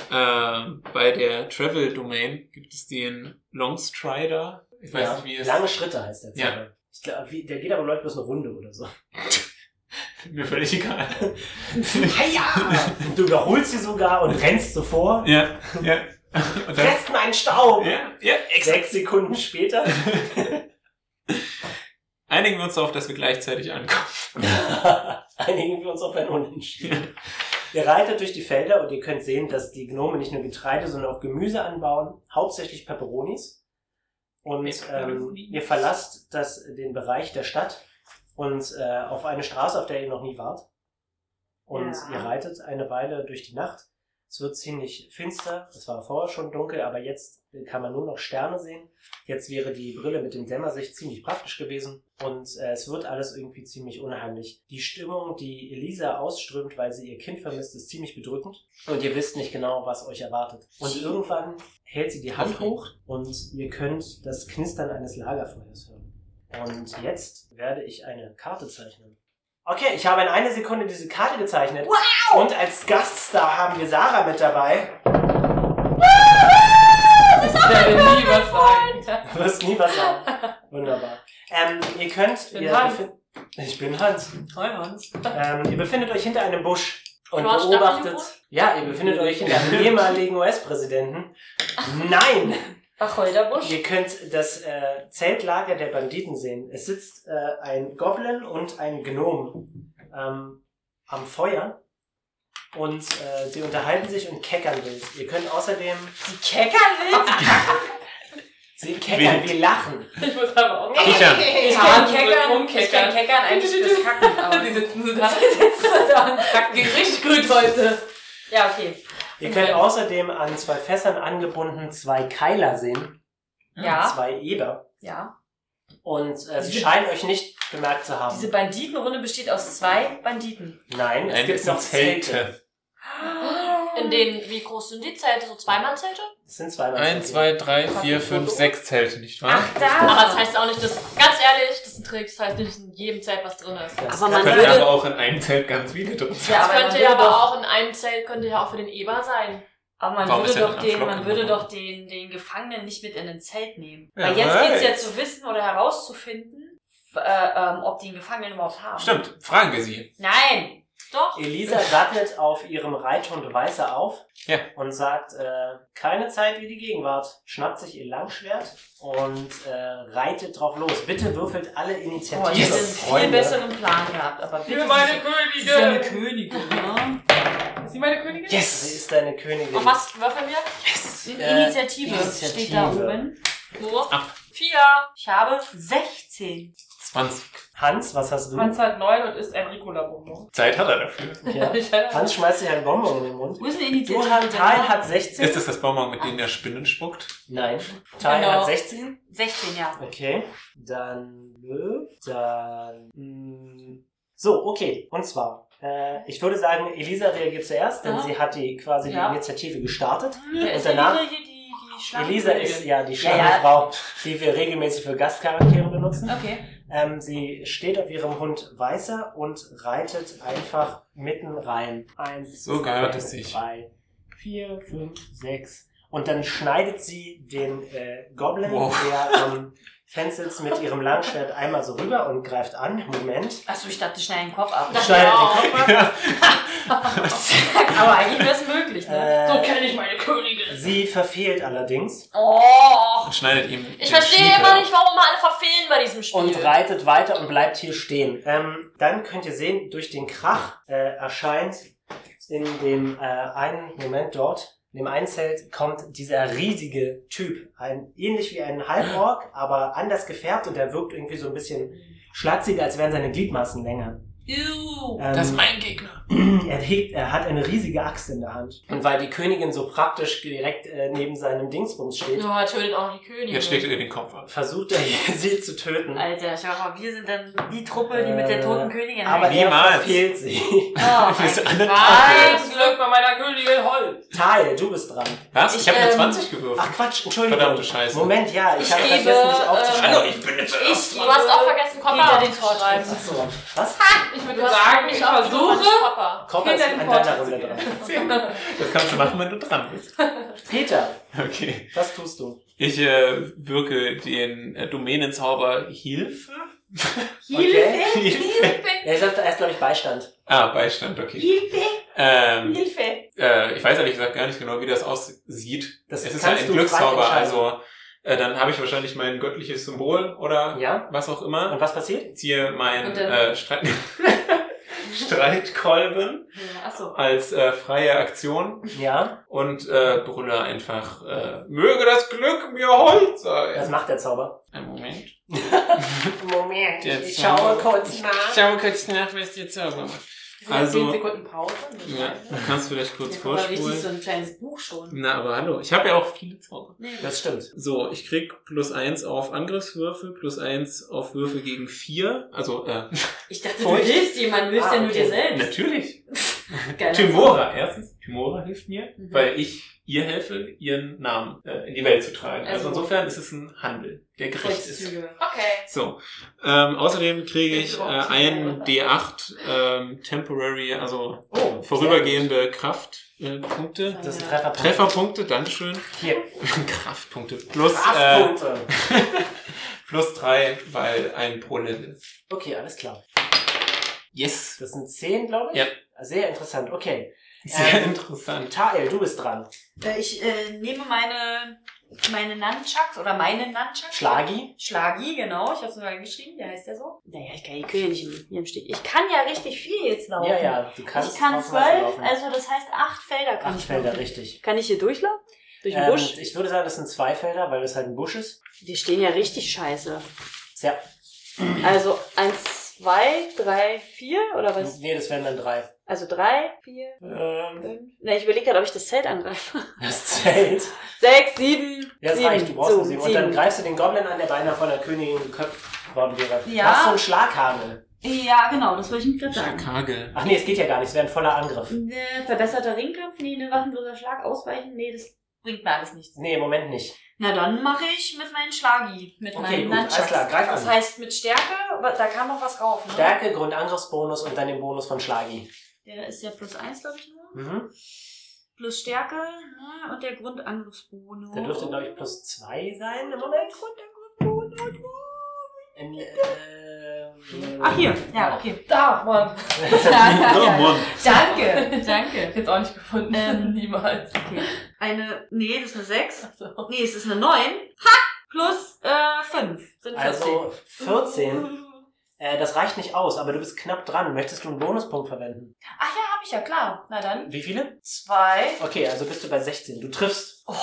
Speaker 4: ähm, bei der Travel Domain gibt es den Long Strider. Ich weiß
Speaker 2: ja.
Speaker 4: nicht, wie es.
Speaker 2: lange Schritte heißt der
Speaker 4: Ja.
Speaker 2: Zauber. Ich glaub, wie, der geht aber, läuft bloß eine Runde oder so.
Speaker 4: Mir völlig egal.
Speaker 2: ja! Und du überholst sie sogar und rennst so vor.
Speaker 4: ja, ja. Und dann,
Speaker 2: Fest einen Stau!
Speaker 4: ja, ja, exakt.
Speaker 2: Sechs Sekunden später.
Speaker 4: Einigen wir uns darauf, dass wir gleichzeitig ankommen.
Speaker 2: Einigen wir uns auf ein Unentschieden. Ihr reitet durch die Felder und ihr könnt sehen, dass die Gnome nicht nur Getreide, sondern auch Gemüse anbauen, hauptsächlich Peperonis. Und ähm,
Speaker 4: Peperonis.
Speaker 2: ihr verlasst das, den Bereich der Stadt und äh, auf eine Straße, auf der ihr noch nie wart. Und
Speaker 3: Ja.
Speaker 2: ihr reitet eine Weile durch die Nacht. Es wird ziemlich finster. Es war vorher schon dunkel, aber jetzt kann man nur noch Sterne sehen. Jetzt wäre die Brille mit dem Dämmersicht ziemlich praktisch gewesen. Und äh, es wird alles irgendwie ziemlich unheimlich. Die Stimmung, die Elisa ausströmt, weil sie ihr Kind vermisst, ist ziemlich bedrückend. Und ihr wisst nicht genau, was euch erwartet. Und irgendwann hält sie die Hand hoch und ihr könnt das Knistern eines Lagerfeuers hören. Und jetzt werde ich eine Karte zeichnen. Okay, ich habe in einer Sekunde diese Karte gezeichnet. Wow! Und als Gaststar haben wir Sarah mit dabei.
Speaker 7: Ich werde nie was sagen.
Speaker 2: Du wirst nie was sagen. Wunderbar. Ähm, ihr könnt. Ich
Speaker 7: bin
Speaker 2: ihr
Speaker 7: Hans.
Speaker 2: befin- Ich bin Hans.
Speaker 7: Hi Hans.
Speaker 2: Ähm, ihr befindet euch hinter einem Busch und
Speaker 1: George W.
Speaker 2: beobachtet.
Speaker 1: Bush?
Speaker 2: Ja, ihr befindet euch hinter einem ehemaligen US-Präsidenten. Nein!
Speaker 7: Wacholderbusch.
Speaker 2: Ihr könnt das äh, Zeltlager der Banditen sehen. Es sitzt äh, ein Goblin und ein Gnom ähm, am Feuer und äh, sie unterhalten sich und keckern wild. Ihr könnt außerdem
Speaker 7: Die Keckern willst?
Speaker 2: sie keckern,
Speaker 4: Wild.
Speaker 2: wir lachen.
Speaker 7: Ich muss aber auch.
Speaker 4: Kichern.
Speaker 7: Ich
Speaker 3: kann
Speaker 7: kann keckern. Ich kann keckern eigentlich fürs Kacken. Aber
Speaker 3: Die
Speaker 7: die sitzen so dran. Die sitzen so dran. Kacken geht richtig gut heute.
Speaker 3: Ja, okay.
Speaker 2: Ihr könnt außerdem an zwei Fässern angebunden zwei Keiler sehen,
Speaker 7: Ja.
Speaker 2: zwei Eber.
Speaker 3: Ja.
Speaker 2: Und äh, sie
Speaker 7: Diese-
Speaker 2: scheinen euch nicht bemerkt zu haben.
Speaker 7: Diese Banditenrunde besteht aus zwei Banditen.
Speaker 2: Nein, es
Speaker 4: Nein,
Speaker 2: gibt
Speaker 4: es
Speaker 2: noch
Speaker 4: sind
Speaker 2: Zelte.
Speaker 5: In denen, wie groß sind die Zelte? So Zweimann-Zelte?
Speaker 2: Es sind zwei
Speaker 4: Eins, zwei, drei, vier, fünf, sechs Zelte, nicht wahr?
Speaker 7: Ach, da.
Speaker 5: Aber Ah, das heißt auch nicht, dass, ganz ehrlich, das ist ein Trick, das heißt nicht, dass in jedem Zelt was drin ist.
Speaker 2: Das
Speaker 3: Aber man
Speaker 2: kann-
Speaker 4: Können
Speaker 3: würde-
Speaker 4: aber auch in einem Zelt ganz viele drin sein.
Speaker 5: Das
Speaker 7: man
Speaker 5: könnte
Speaker 7: würde
Speaker 5: ja aber
Speaker 7: doch-
Speaker 5: auch in einem Zelt, könnte ja auch für den Eber sein.
Speaker 3: Aber man
Speaker 4: Warum ist
Speaker 3: würde
Speaker 4: der
Speaker 3: doch
Speaker 4: denn
Speaker 3: den,
Speaker 4: am
Speaker 3: man
Speaker 4: Flocken
Speaker 3: würde
Speaker 4: genommen?
Speaker 3: doch den, den Gefangenen nicht mit in ein Zelt nehmen.
Speaker 4: Ja,
Speaker 3: Weil jetzt
Speaker 4: right.
Speaker 3: geht's ja zu wissen oder herauszufinden, f- äh, ähm, ob die einen Gefangenen überhaupt haben.
Speaker 4: Stimmt, fragen wir sie.
Speaker 3: Nein!
Speaker 5: Doch.
Speaker 2: Elisa sattelt auf ihrem Reithund Weißer auf
Speaker 4: Ja.
Speaker 2: und sagt, äh, keine Zeit wie die Gegenwart. Schnappt sich ihr Langschwert und äh, reitet drauf los. Bitte würfelt alle Initiativen.
Speaker 3: Boah, ich hätte
Speaker 4: Yes,
Speaker 3: einen viel
Speaker 2: Freunde.
Speaker 3: besseren Plan gehabt. Aber bitte.
Speaker 7: Für meine
Speaker 3: sie ist ja eine
Speaker 7: Königin.
Speaker 3: Königin, ne?
Speaker 7: Ist sie meine Königin?
Speaker 2: Sie ist deine Königin.
Speaker 5: Auf was würfeln wir?
Speaker 2: Äh,
Speaker 3: Initiative steht da
Speaker 2: Initiative.
Speaker 3: oben.
Speaker 5: Wo?
Speaker 4: Ab.
Speaker 5: Vier.
Speaker 3: Ich habe 16.
Speaker 4: 20.
Speaker 2: Hans, was hast du?
Speaker 7: Hans hat neun und ist ein Ricola-Bonbon.
Speaker 4: Zeit hat er dafür.
Speaker 2: Ja.
Speaker 7: Ich hatte-
Speaker 2: Hans schmeißt sich einen Bonbon in den Mund.
Speaker 3: Wo ist eine Initiative?
Speaker 2: Du, Tal hat 16.
Speaker 4: Ist das das Bonbon, mit dem der Spinnen spuckt?
Speaker 2: Nein. Tal
Speaker 3: Genau.
Speaker 2: hat 16.
Speaker 3: 16, ja.
Speaker 2: Okay. Dann Löw. Dann. mm, So, okay. Und zwar. Äh, ich würde sagen, Elisa reagiert zuerst, denn
Speaker 3: Ja.
Speaker 2: sie hat die quasi
Speaker 3: Ja.
Speaker 2: die Initiative gestartet.
Speaker 3: Wer ist denn
Speaker 2: danach-
Speaker 3: die, die, die Schlange-
Speaker 2: Elisa ist ja die
Speaker 3: Ja,
Speaker 2: schlanke
Speaker 3: ja.
Speaker 2: Frau, die wir regelmäßig für Gastcharaktere benutzen.
Speaker 3: Okay.
Speaker 2: Ähm, sie steht auf ihrem Hund Weißer und reitet einfach mitten rein. Eins,
Speaker 4: So gehört es sich.
Speaker 2: drei, vier, fünf, sechs. Und dann schneidet sie den äh, Goblin,
Speaker 4: Wow.
Speaker 2: der am fänzelt mit ihrem Langschwert einmal so rüber und greift an. Moment.
Speaker 7: Achso, ich dachte, schnell den Kopf ab.
Speaker 2: Schneidet
Speaker 5: ja.
Speaker 2: den Kopf ab.
Speaker 7: Aber eigentlich wäre es möglich, ne?
Speaker 2: Äh,
Speaker 7: kenne ich meine Königin.
Speaker 2: Sie verfehlt allerdings
Speaker 7: Oh,
Speaker 4: Und schneidet ihm. den
Speaker 5: Ich verstehe
Speaker 4: Schniedel
Speaker 5: immer
Speaker 4: ab.
Speaker 5: nicht, warum immer alle verfehlen bei diesem Spiel.
Speaker 2: und reitet weiter und bleibt hier stehen. Ähm, dann könnt ihr sehen, durch den Krach äh, erscheint in dem äh, einen Moment dort, in dem einen Zelt, kommt dieser riesige Typ. Ein, ähnlich wie ein Halborg, aber anders gefärbt und er wirkt irgendwie so ein bisschen schlatziger, als wären seine Gliedmaßen länger.
Speaker 5: Ew.
Speaker 2: Ähm,
Speaker 4: Das ist mein Gegner.
Speaker 2: er, hegt, er hat eine riesige Axt in der Hand. Und weil die Königin so praktisch direkt äh, neben seinem Dingsbums steht,
Speaker 5: Ja, tötet auch die Königin.
Speaker 4: Jetzt schlägt er ihr den Kopf ab.
Speaker 2: versucht er sie zu töten.
Speaker 3: Alter, schau mal, wir sind dann die Truppe, die mit der toten Königin
Speaker 2: Äh, Aber er
Speaker 4: Niemals.
Speaker 2: verfehlt sie.
Speaker 3: Oh,
Speaker 4: Diese andere-
Speaker 7: mein Glück bei meiner Königin Holt.
Speaker 2: Teil, du bist dran.
Speaker 4: Was? Ich,
Speaker 5: Ich,
Speaker 4: habe eine
Speaker 5: ähm,
Speaker 4: 20 gewürfelt.
Speaker 2: Ach Quatsch, Entschuldigung.
Speaker 4: Verdammte Scheiße.
Speaker 2: Moment, ja, ich,
Speaker 5: Ich
Speaker 2: habe
Speaker 5: gebe,
Speaker 2: vergessen, dich aufzuschreiben.
Speaker 4: Hallo, ich bin jetzt der
Speaker 5: Ich, du hast auch vergessen,
Speaker 7: Hinter
Speaker 5: Kopper
Speaker 7: den
Speaker 5: aufzuschreiben.
Speaker 2: Ach so, was?
Speaker 7: Ich
Speaker 5: Du
Speaker 7: würde
Speaker 5: hast
Speaker 7: sagen, ich
Speaker 5: mich auch
Speaker 7: versuche.
Speaker 5: Kopper.
Speaker 2: Kopper ist
Speaker 7: Hinter den
Speaker 2: an
Speaker 7: Vorteil
Speaker 2: deiner
Speaker 7: zu
Speaker 2: Runde
Speaker 7: gehen.
Speaker 2: dran.
Speaker 4: Das kannst du machen, wenn du dran bist.
Speaker 2: Peter,
Speaker 4: Okay.
Speaker 2: was tust du?
Speaker 4: Ich äh, wirke den äh, Domänenzauber Hilfe.
Speaker 2: Okay.
Speaker 4: Hilfe.
Speaker 2: Ja, ich sagte erst, glaube ich, Beistand.
Speaker 4: Ah, Beistand, okay. Hilfe. Ähm, Äh, ich weiß ehrlich gesagt gar nicht genau, wie das aussieht.
Speaker 2: Das
Speaker 4: es ist ja
Speaker 2: kannst
Speaker 4: ein
Speaker 2: du frei
Speaker 4: Glückszauber,
Speaker 2: entscheiden.
Speaker 4: also äh, dann habe ich wahrscheinlich mein göttliches Symbol oder
Speaker 2: Ja.
Speaker 4: was auch immer.
Speaker 2: Und was passiert?
Speaker 4: ziehe mein
Speaker 3: Und dann-
Speaker 4: äh, Streit Streitkolben
Speaker 3: Achso.
Speaker 4: als äh, freie Aktion
Speaker 2: Ja,
Speaker 4: und äh, brülle einfach, äh, möge das Glück mir hold
Speaker 2: das
Speaker 4: sein.
Speaker 2: macht der Zauber.
Speaker 4: Einen Moment.
Speaker 7: Moment,
Speaker 4: Der
Speaker 7: ich
Speaker 4: Zauber-
Speaker 7: schaue kurz nach.
Speaker 4: Ich schaue kurz nach, was die Zauber macht. Also-
Speaker 7: 10 Sekunden Pause.
Speaker 4: Ja, du kannst vielleicht kurz
Speaker 3: Ich habe richtig so
Speaker 4: vorspulen.
Speaker 3: ein kleines Buch schon.
Speaker 4: Na, aber hallo, ich habe ja auch viele Zauber.
Speaker 3: Nee, das
Speaker 2: Das stimmt.
Speaker 4: So, ich krieg plus eins auf Angriffswürfe, plus eins auf Würfe gegen vier. Also, äh,
Speaker 3: Ich dachte, du
Speaker 4: Furcht.
Speaker 3: hilfst jemandem, du hilfst
Speaker 2: Ah,
Speaker 3: ja nur
Speaker 2: okay.
Speaker 3: dir selbst.
Speaker 4: natürlich.
Speaker 3: Geil.
Speaker 4: Timora, erstens, Timora hilft mir,
Speaker 3: Mhm.
Speaker 4: weil ich ihr helfe, ihren Namen äh, in die Welt zu tragen. Also,
Speaker 3: Also-
Speaker 4: insofern ist es ein Handel, der gerecht ist.
Speaker 3: Kreuzzüge.
Speaker 5: Okay.
Speaker 4: So, ähm, außerdem kriege ich äh, einen D8 ähm, temporary, also
Speaker 2: Oh,
Speaker 4: vorübergehende äh, Kraftpunkte.
Speaker 2: sehr gut. Das ist ein Treffer.
Speaker 4: Trefferpunkte, Dankeschön.
Speaker 2: Hier.
Speaker 4: Kraftpunkte. Plus, äh,
Speaker 2: Kraftpunkte.
Speaker 4: plus drei, weil ein Pole ist.
Speaker 2: Okay, alles klar.
Speaker 4: Yes.
Speaker 2: Das sind zehn, glaube ich.
Speaker 4: Ja.
Speaker 2: Sehr interessant. Okay.
Speaker 4: Sehr
Speaker 2: Ähm,
Speaker 4: interessant.
Speaker 2: Tael, du bist dran.
Speaker 3: Äh, Ich äh, nehme meine, meine Nunchucks oder meinen Nunchucks.
Speaker 2: Schlagi.
Speaker 3: Schlagi, genau. Ich habe sogar geschrieben, der heißt ja so. Naja, ich kann die Kühe nicht im hier im Stich. Ich kann ja richtig viel jetzt laufen.
Speaker 2: Ja, ja, du kannst.
Speaker 3: Genau. ich kann
Speaker 2: ausnahmsweise
Speaker 3: zwölf,
Speaker 2: laufen.
Speaker 3: also das heißt acht Felder kann
Speaker 2: Acht
Speaker 3: ich
Speaker 2: Felder,
Speaker 3: laufen.
Speaker 2: richtig.
Speaker 3: Kann ich hier durchlaufen? Durch den
Speaker 2: Ähm,
Speaker 3: Busch?
Speaker 2: ich würde sagen, das sind zwei Felder, weil das halt ein Busch ist.
Speaker 3: Die stehen ja richtig scheiße.
Speaker 2: Ja.
Speaker 3: Also eins, zwei, drei, vier oder was?
Speaker 2: Nee, das wären dann drei.
Speaker 3: Also drei, vier,
Speaker 2: Ähm,
Speaker 3: fünf. Ne, ich überlege gerade, ob ich das Zelt angreife.
Speaker 2: das Zelt.
Speaker 3: Sechs, sieben,
Speaker 2: Ja, das
Speaker 3: sieben.
Speaker 2: reicht, du brauchst
Speaker 3: so,
Speaker 2: nur sieben. Und dann
Speaker 3: sieben.
Speaker 2: greifst du den Goblin an, der beinahe von der Königin geköpft worden wäre.
Speaker 3: Ja.
Speaker 2: Was so ein Schlaghamel.
Speaker 3: Ja, genau, das wollte ich mir gerade sagen.
Speaker 4: Kagel.
Speaker 2: Ach nee, es geht ja gar nicht, es wäre ein voller Angriff.
Speaker 3: Ne, verbesserter Ringkampf? Nee, ne waffenloser Schlag ausweichen? Nee, das bringt mir alles nichts.
Speaker 2: Nee, im Moment nicht.
Speaker 3: Na, dann mache ich mit meinen Schlagi, mit
Speaker 2: Okay,
Speaker 3: meinen
Speaker 2: gut, alles
Speaker 3: Nunchucks.
Speaker 2: klar, greif
Speaker 3: Das
Speaker 2: an.
Speaker 3: heißt mit Stärke, aber da kam noch was rauf, ne?
Speaker 2: Stärke, Grundangriffsbonus und dann den Bonus von Schlagi.
Speaker 3: Der ist ja plus eins, glaube ich, nur.
Speaker 2: Mhm.
Speaker 3: Plus Stärke ne? und der Grundangriffsbonus.
Speaker 2: Der dürfte, glaube ich, plus zwei sein im Moment. In, äh,
Speaker 3: Ach, hier. Ja, okay.
Speaker 7: Da, Mann.
Speaker 4: Oh, Mann.
Speaker 3: Danke, danke.
Speaker 7: Jetzt auch nicht gefunden.
Speaker 3: Ähm,
Speaker 7: Niemals.
Speaker 3: Okay. Eine, nee, das ist eine 6.
Speaker 7: Also.
Speaker 3: Nee, es ist eine 9. Ha! Plus äh, 5. Sind 14.
Speaker 2: Also 14. Äh, das reicht nicht aus, aber du bist knapp dran. Möchtest du einen Bonuspunkt verwenden?
Speaker 3: Ach ja, habe ich ja, klar. Na dann.
Speaker 2: Wie viele?
Speaker 3: 2.
Speaker 2: Okay, also bist du bei 16. Du triffst.
Speaker 3: Oh.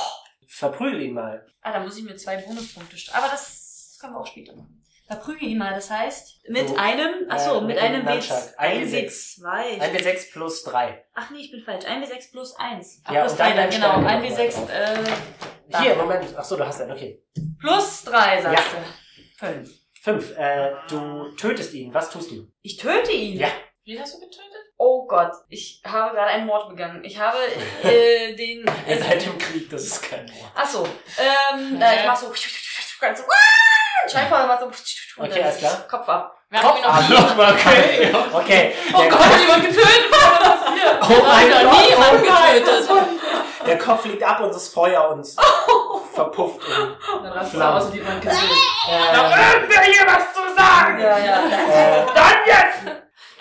Speaker 2: Verprügel ihn mal.
Speaker 3: Ah, da muss ich mir zwei Bonuspunkte st- Aber das können wir auch später machen. Verprüge ihn mal, das heißt. Mit
Speaker 2: So,
Speaker 3: einem, achso,
Speaker 2: äh,
Speaker 3: mit,
Speaker 2: mit dem
Speaker 3: einem W2.
Speaker 2: Nunchuck. Ein
Speaker 3: Ein
Speaker 2: W6.
Speaker 3: W2.
Speaker 2: 1d6 plus 3.
Speaker 3: Ach nee, ich bin falsch. Ein W6 plus 1. Ach,
Speaker 2: Ja,
Speaker 3: plus
Speaker 2: und dann
Speaker 3: 3,
Speaker 2: dein
Speaker 3: dann, genau.
Speaker 2: Stärke
Speaker 3: Ein
Speaker 2: noch
Speaker 3: W6 äh,
Speaker 2: Hier, Moment. Ach so, du hast einen, okay.
Speaker 3: plus 3, sagst
Speaker 2: Ja.
Speaker 3: du. 5.
Speaker 2: 5. Äh, du tötest ihn. Was tust du?
Speaker 3: Ich töte ihn.
Speaker 2: Ja.
Speaker 7: Wen hast du getötet?
Speaker 3: Oh Gott, ich habe gerade einen Mord begangen. Ich habe äh, den.
Speaker 2: Ihr seid im Krieg, das ist kein Mord.
Speaker 3: Achso, ähm, äh, ich mach so. Ganz so. ah, Scheinbar macht so. und
Speaker 2: Okay,
Speaker 3: dann
Speaker 2: alles klar.
Speaker 3: Kopf ab.
Speaker 5: Wir haben ihn noch nie.
Speaker 4: Okay.
Speaker 2: Okay.
Speaker 7: Oh
Speaker 2: der,
Speaker 7: Gott, hat jemand getötet? Was ist passiert?
Speaker 2: Oh mein
Speaker 7: Hat
Speaker 2: Gott,
Speaker 7: noch niemand getötet.
Speaker 2: der Kopf fliegt ab und es ist Feuer und verpufft. Und,
Speaker 7: Dann rast du
Speaker 2: Flammen.
Speaker 7: aus und sieht man Kissen.
Speaker 2: äh,
Speaker 4: irgendwer hier was zu sagen!
Speaker 7: Ja, ja.
Speaker 2: äh,
Speaker 4: Dann jetzt!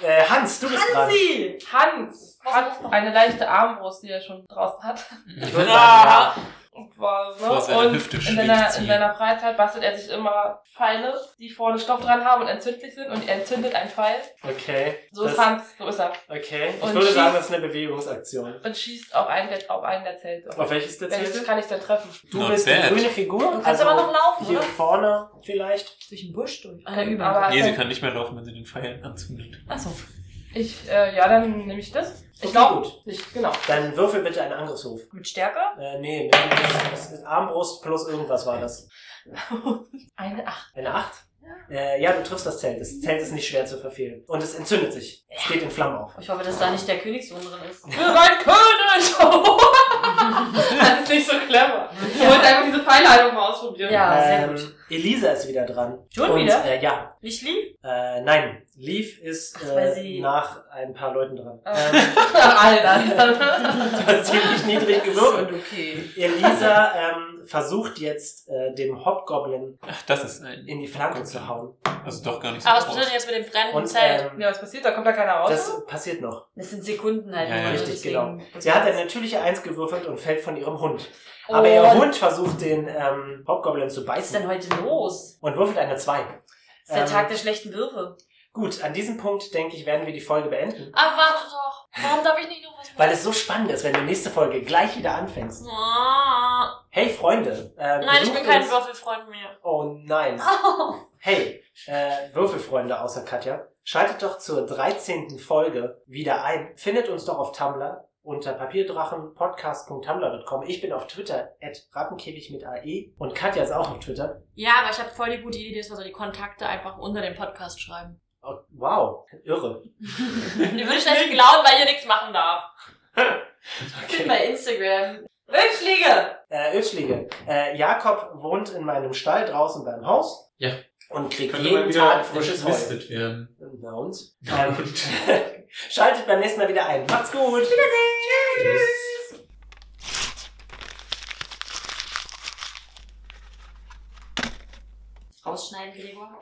Speaker 2: äh, Hans, du bist dran.
Speaker 3: Sie!
Speaker 7: Hans hat eine leichte Armbrust, die er schon draußen hat.
Speaker 2: Ich würde
Speaker 4: Ah.
Speaker 2: sagen,
Speaker 7: Und war so.
Speaker 4: Vor seiner
Speaker 7: und
Speaker 4: Hüfte
Speaker 7: in seiner,
Speaker 4: schlägt
Speaker 7: in
Speaker 4: sie.
Speaker 7: seiner Freizeit bastelt er sich immer Pfeile, die vorne Stoff dran haben und entzündlich sind. Und er entzündet einen Pfeil.
Speaker 2: ja. Okay.
Speaker 7: So ist
Speaker 2: das,
Speaker 7: Hans, so ist er.
Speaker 2: okay. Ich
Speaker 7: Und
Speaker 2: würde sagen,
Speaker 7: schießt-
Speaker 2: das ist eine Bewegungsaktion.
Speaker 7: Und schießt auf einen der, auf einen der Zelte.
Speaker 2: Auf welches der
Speaker 7: Welches
Speaker 2: Zelte?
Speaker 7: kann ich denn treffen? Also,
Speaker 2: Du
Speaker 4: Not
Speaker 2: bist
Speaker 4: bad.
Speaker 2: die grüne Figur. also
Speaker 5: Du kannst aber noch laufen,
Speaker 2: Hier
Speaker 5: oder?
Speaker 2: vorne vielleicht.
Speaker 3: Durch den Busch durch. Einer über.
Speaker 7: Aber also,
Speaker 4: Nee, sie kann nicht mehr laufen, wenn sie den Pfeil anzündet.
Speaker 3: Achso.
Speaker 7: ich, äh, ja, dann nehme ich das.
Speaker 2: Okay,
Speaker 7: Ich glaube
Speaker 2: gut.
Speaker 7: nicht, genau.
Speaker 2: Dann würfel bitte einen Angriffshof.
Speaker 3: Mit Stärke?
Speaker 2: Äh, nee, das ist Armbrust plus irgendwas war das.
Speaker 7: Eine Acht.
Speaker 2: Eine 8? Ja. Äh, ja, du triffst das Zelt. Das Zelt ist nicht schwer zu verfehlen. Und es entzündet sich. Es geht in Flammen auf.
Speaker 3: Ich hoffe, dass da nicht der Königssohn drin ist.
Speaker 7: Für mein König! das ist nicht so clever. Ich wollte einfach diese Pfeilhaltung mal ausprobieren.
Speaker 3: Ja, sehr
Speaker 2: Ähm,
Speaker 3: gut.
Speaker 2: Elisa ist wieder dran.
Speaker 3: Schon
Speaker 2: Und,
Speaker 3: wieder?
Speaker 2: Äh, ja.
Speaker 3: Nicht lieb?
Speaker 2: Äh, nein, Leaf ist
Speaker 3: Ach, weil
Speaker 2: äh,
Speaker 3: sie-
Speaker 2: nach ein paar Leuten dran.
Speaker 7: Ah.
Speaker 2: Ähm,
Speaker 7: Alter.
Speaker 2: du hast ziemlich niedrig gewürfelt.
Speaker 7: okay.
Speaker 2: Elisa ähm, versucht jetzt, äh, dem Hobgoblin
Speaker 4: Ach, das ist ein.
Speaker 2: in die Flanke zu hauen.
Speaker 4: Also doch gar nicht so
Speaker 5: Aber was
Speaker 4: groß.
Speaker 5: passiert denn jetzt mit dem brennenden
Speaker 2: Und
Speaker 5: Zelt?
Speaker 2: ähm,
Speaker 7: Ja, was passiert? Da kommt da keiner raus.
Speaker 2: das passiert noch.
Speaker 3: Das sind Sekunden halt.
Speaker 4: Ja,
Speaker 3: nur,
Speaker 4: ja. genau.
Speaker 2: Richtig,
Speaker 3: deswegen-
Speaker 2: Sie hat eine natürliche Eins gewürfelt und fällt von ihrem Hund.
Speaker 7: Oh.
Speaker 2: Aber ihr Hund versucht, den ähm, Hobgoblin zu
Speaker 3: Was ist denn
Speaker 2: beißen
Speaker 3: heute los?
Speaker 2: und würfelt eine 2.
Speaker 3: Das ist der
Speaker 2: Ähm,
Speaker 3: Tag der schlechten Würfe.
Speaker 2: Gut, an diesem Punkt, denke ich, werden wir die Folge beenden.
Speaker 5: Aber warte doch. Warum darf ich nicht noch was machen?
Speaker 2: Weil es so spannend ist, wenn du nächste Folge gleich wieder anfängst.
Speaker 5: Ah.
Speaker 2: Hey Freunde. äh,
Speaker 5: Nein, ich
Speaker 2: besucht
Speaker 5: bin kein
Speaker 2: uns-
Speaker 5: Würfelfreund mehr.
Speaker 2: Oh nein. Hey, äh, Würfelfreunde außer Katja, schaltet doch zur 13. Folge wieder ein. Findet uns doch auf Tumblr unter papierdrachenpodcast.tumblr.com. Ich bin auf Twitter, at rattenkäfig mit AE. Und Katja ist auch auf Twitter.
Speaker 5: Ja, aber ich habe voll die gute Idee, dass wir so die Kontakte einfach unter dem Podcast schreiben.
Speaker 2: Oh, wow, irre.
Speaker 5: Die würde ich nicht glauben, weil ihr nichts machen darf.
Speaker 3: Ich bin bei Instagram. Wölfschläge!
Speaker 2: Äh, Öschlige, äh, Jakob wohnt in meinem Stall draußen beim Haus.
Speaker 4: Ja.
Speaker 2: Und kriegt
Speaker 4: Könnte man
Speaker 2: jeden
Speaker 4: wieder
Speaker 2: Tag frisches Heu.
Speaker 4: entwistet werden.
Speaker 2: Na und? Ähm, schaltet beim nächsten Mal wieder ein. Macht's gut.
Speaker 4: Tschüss.
Speaker 3: Rausschneiden, Gregor.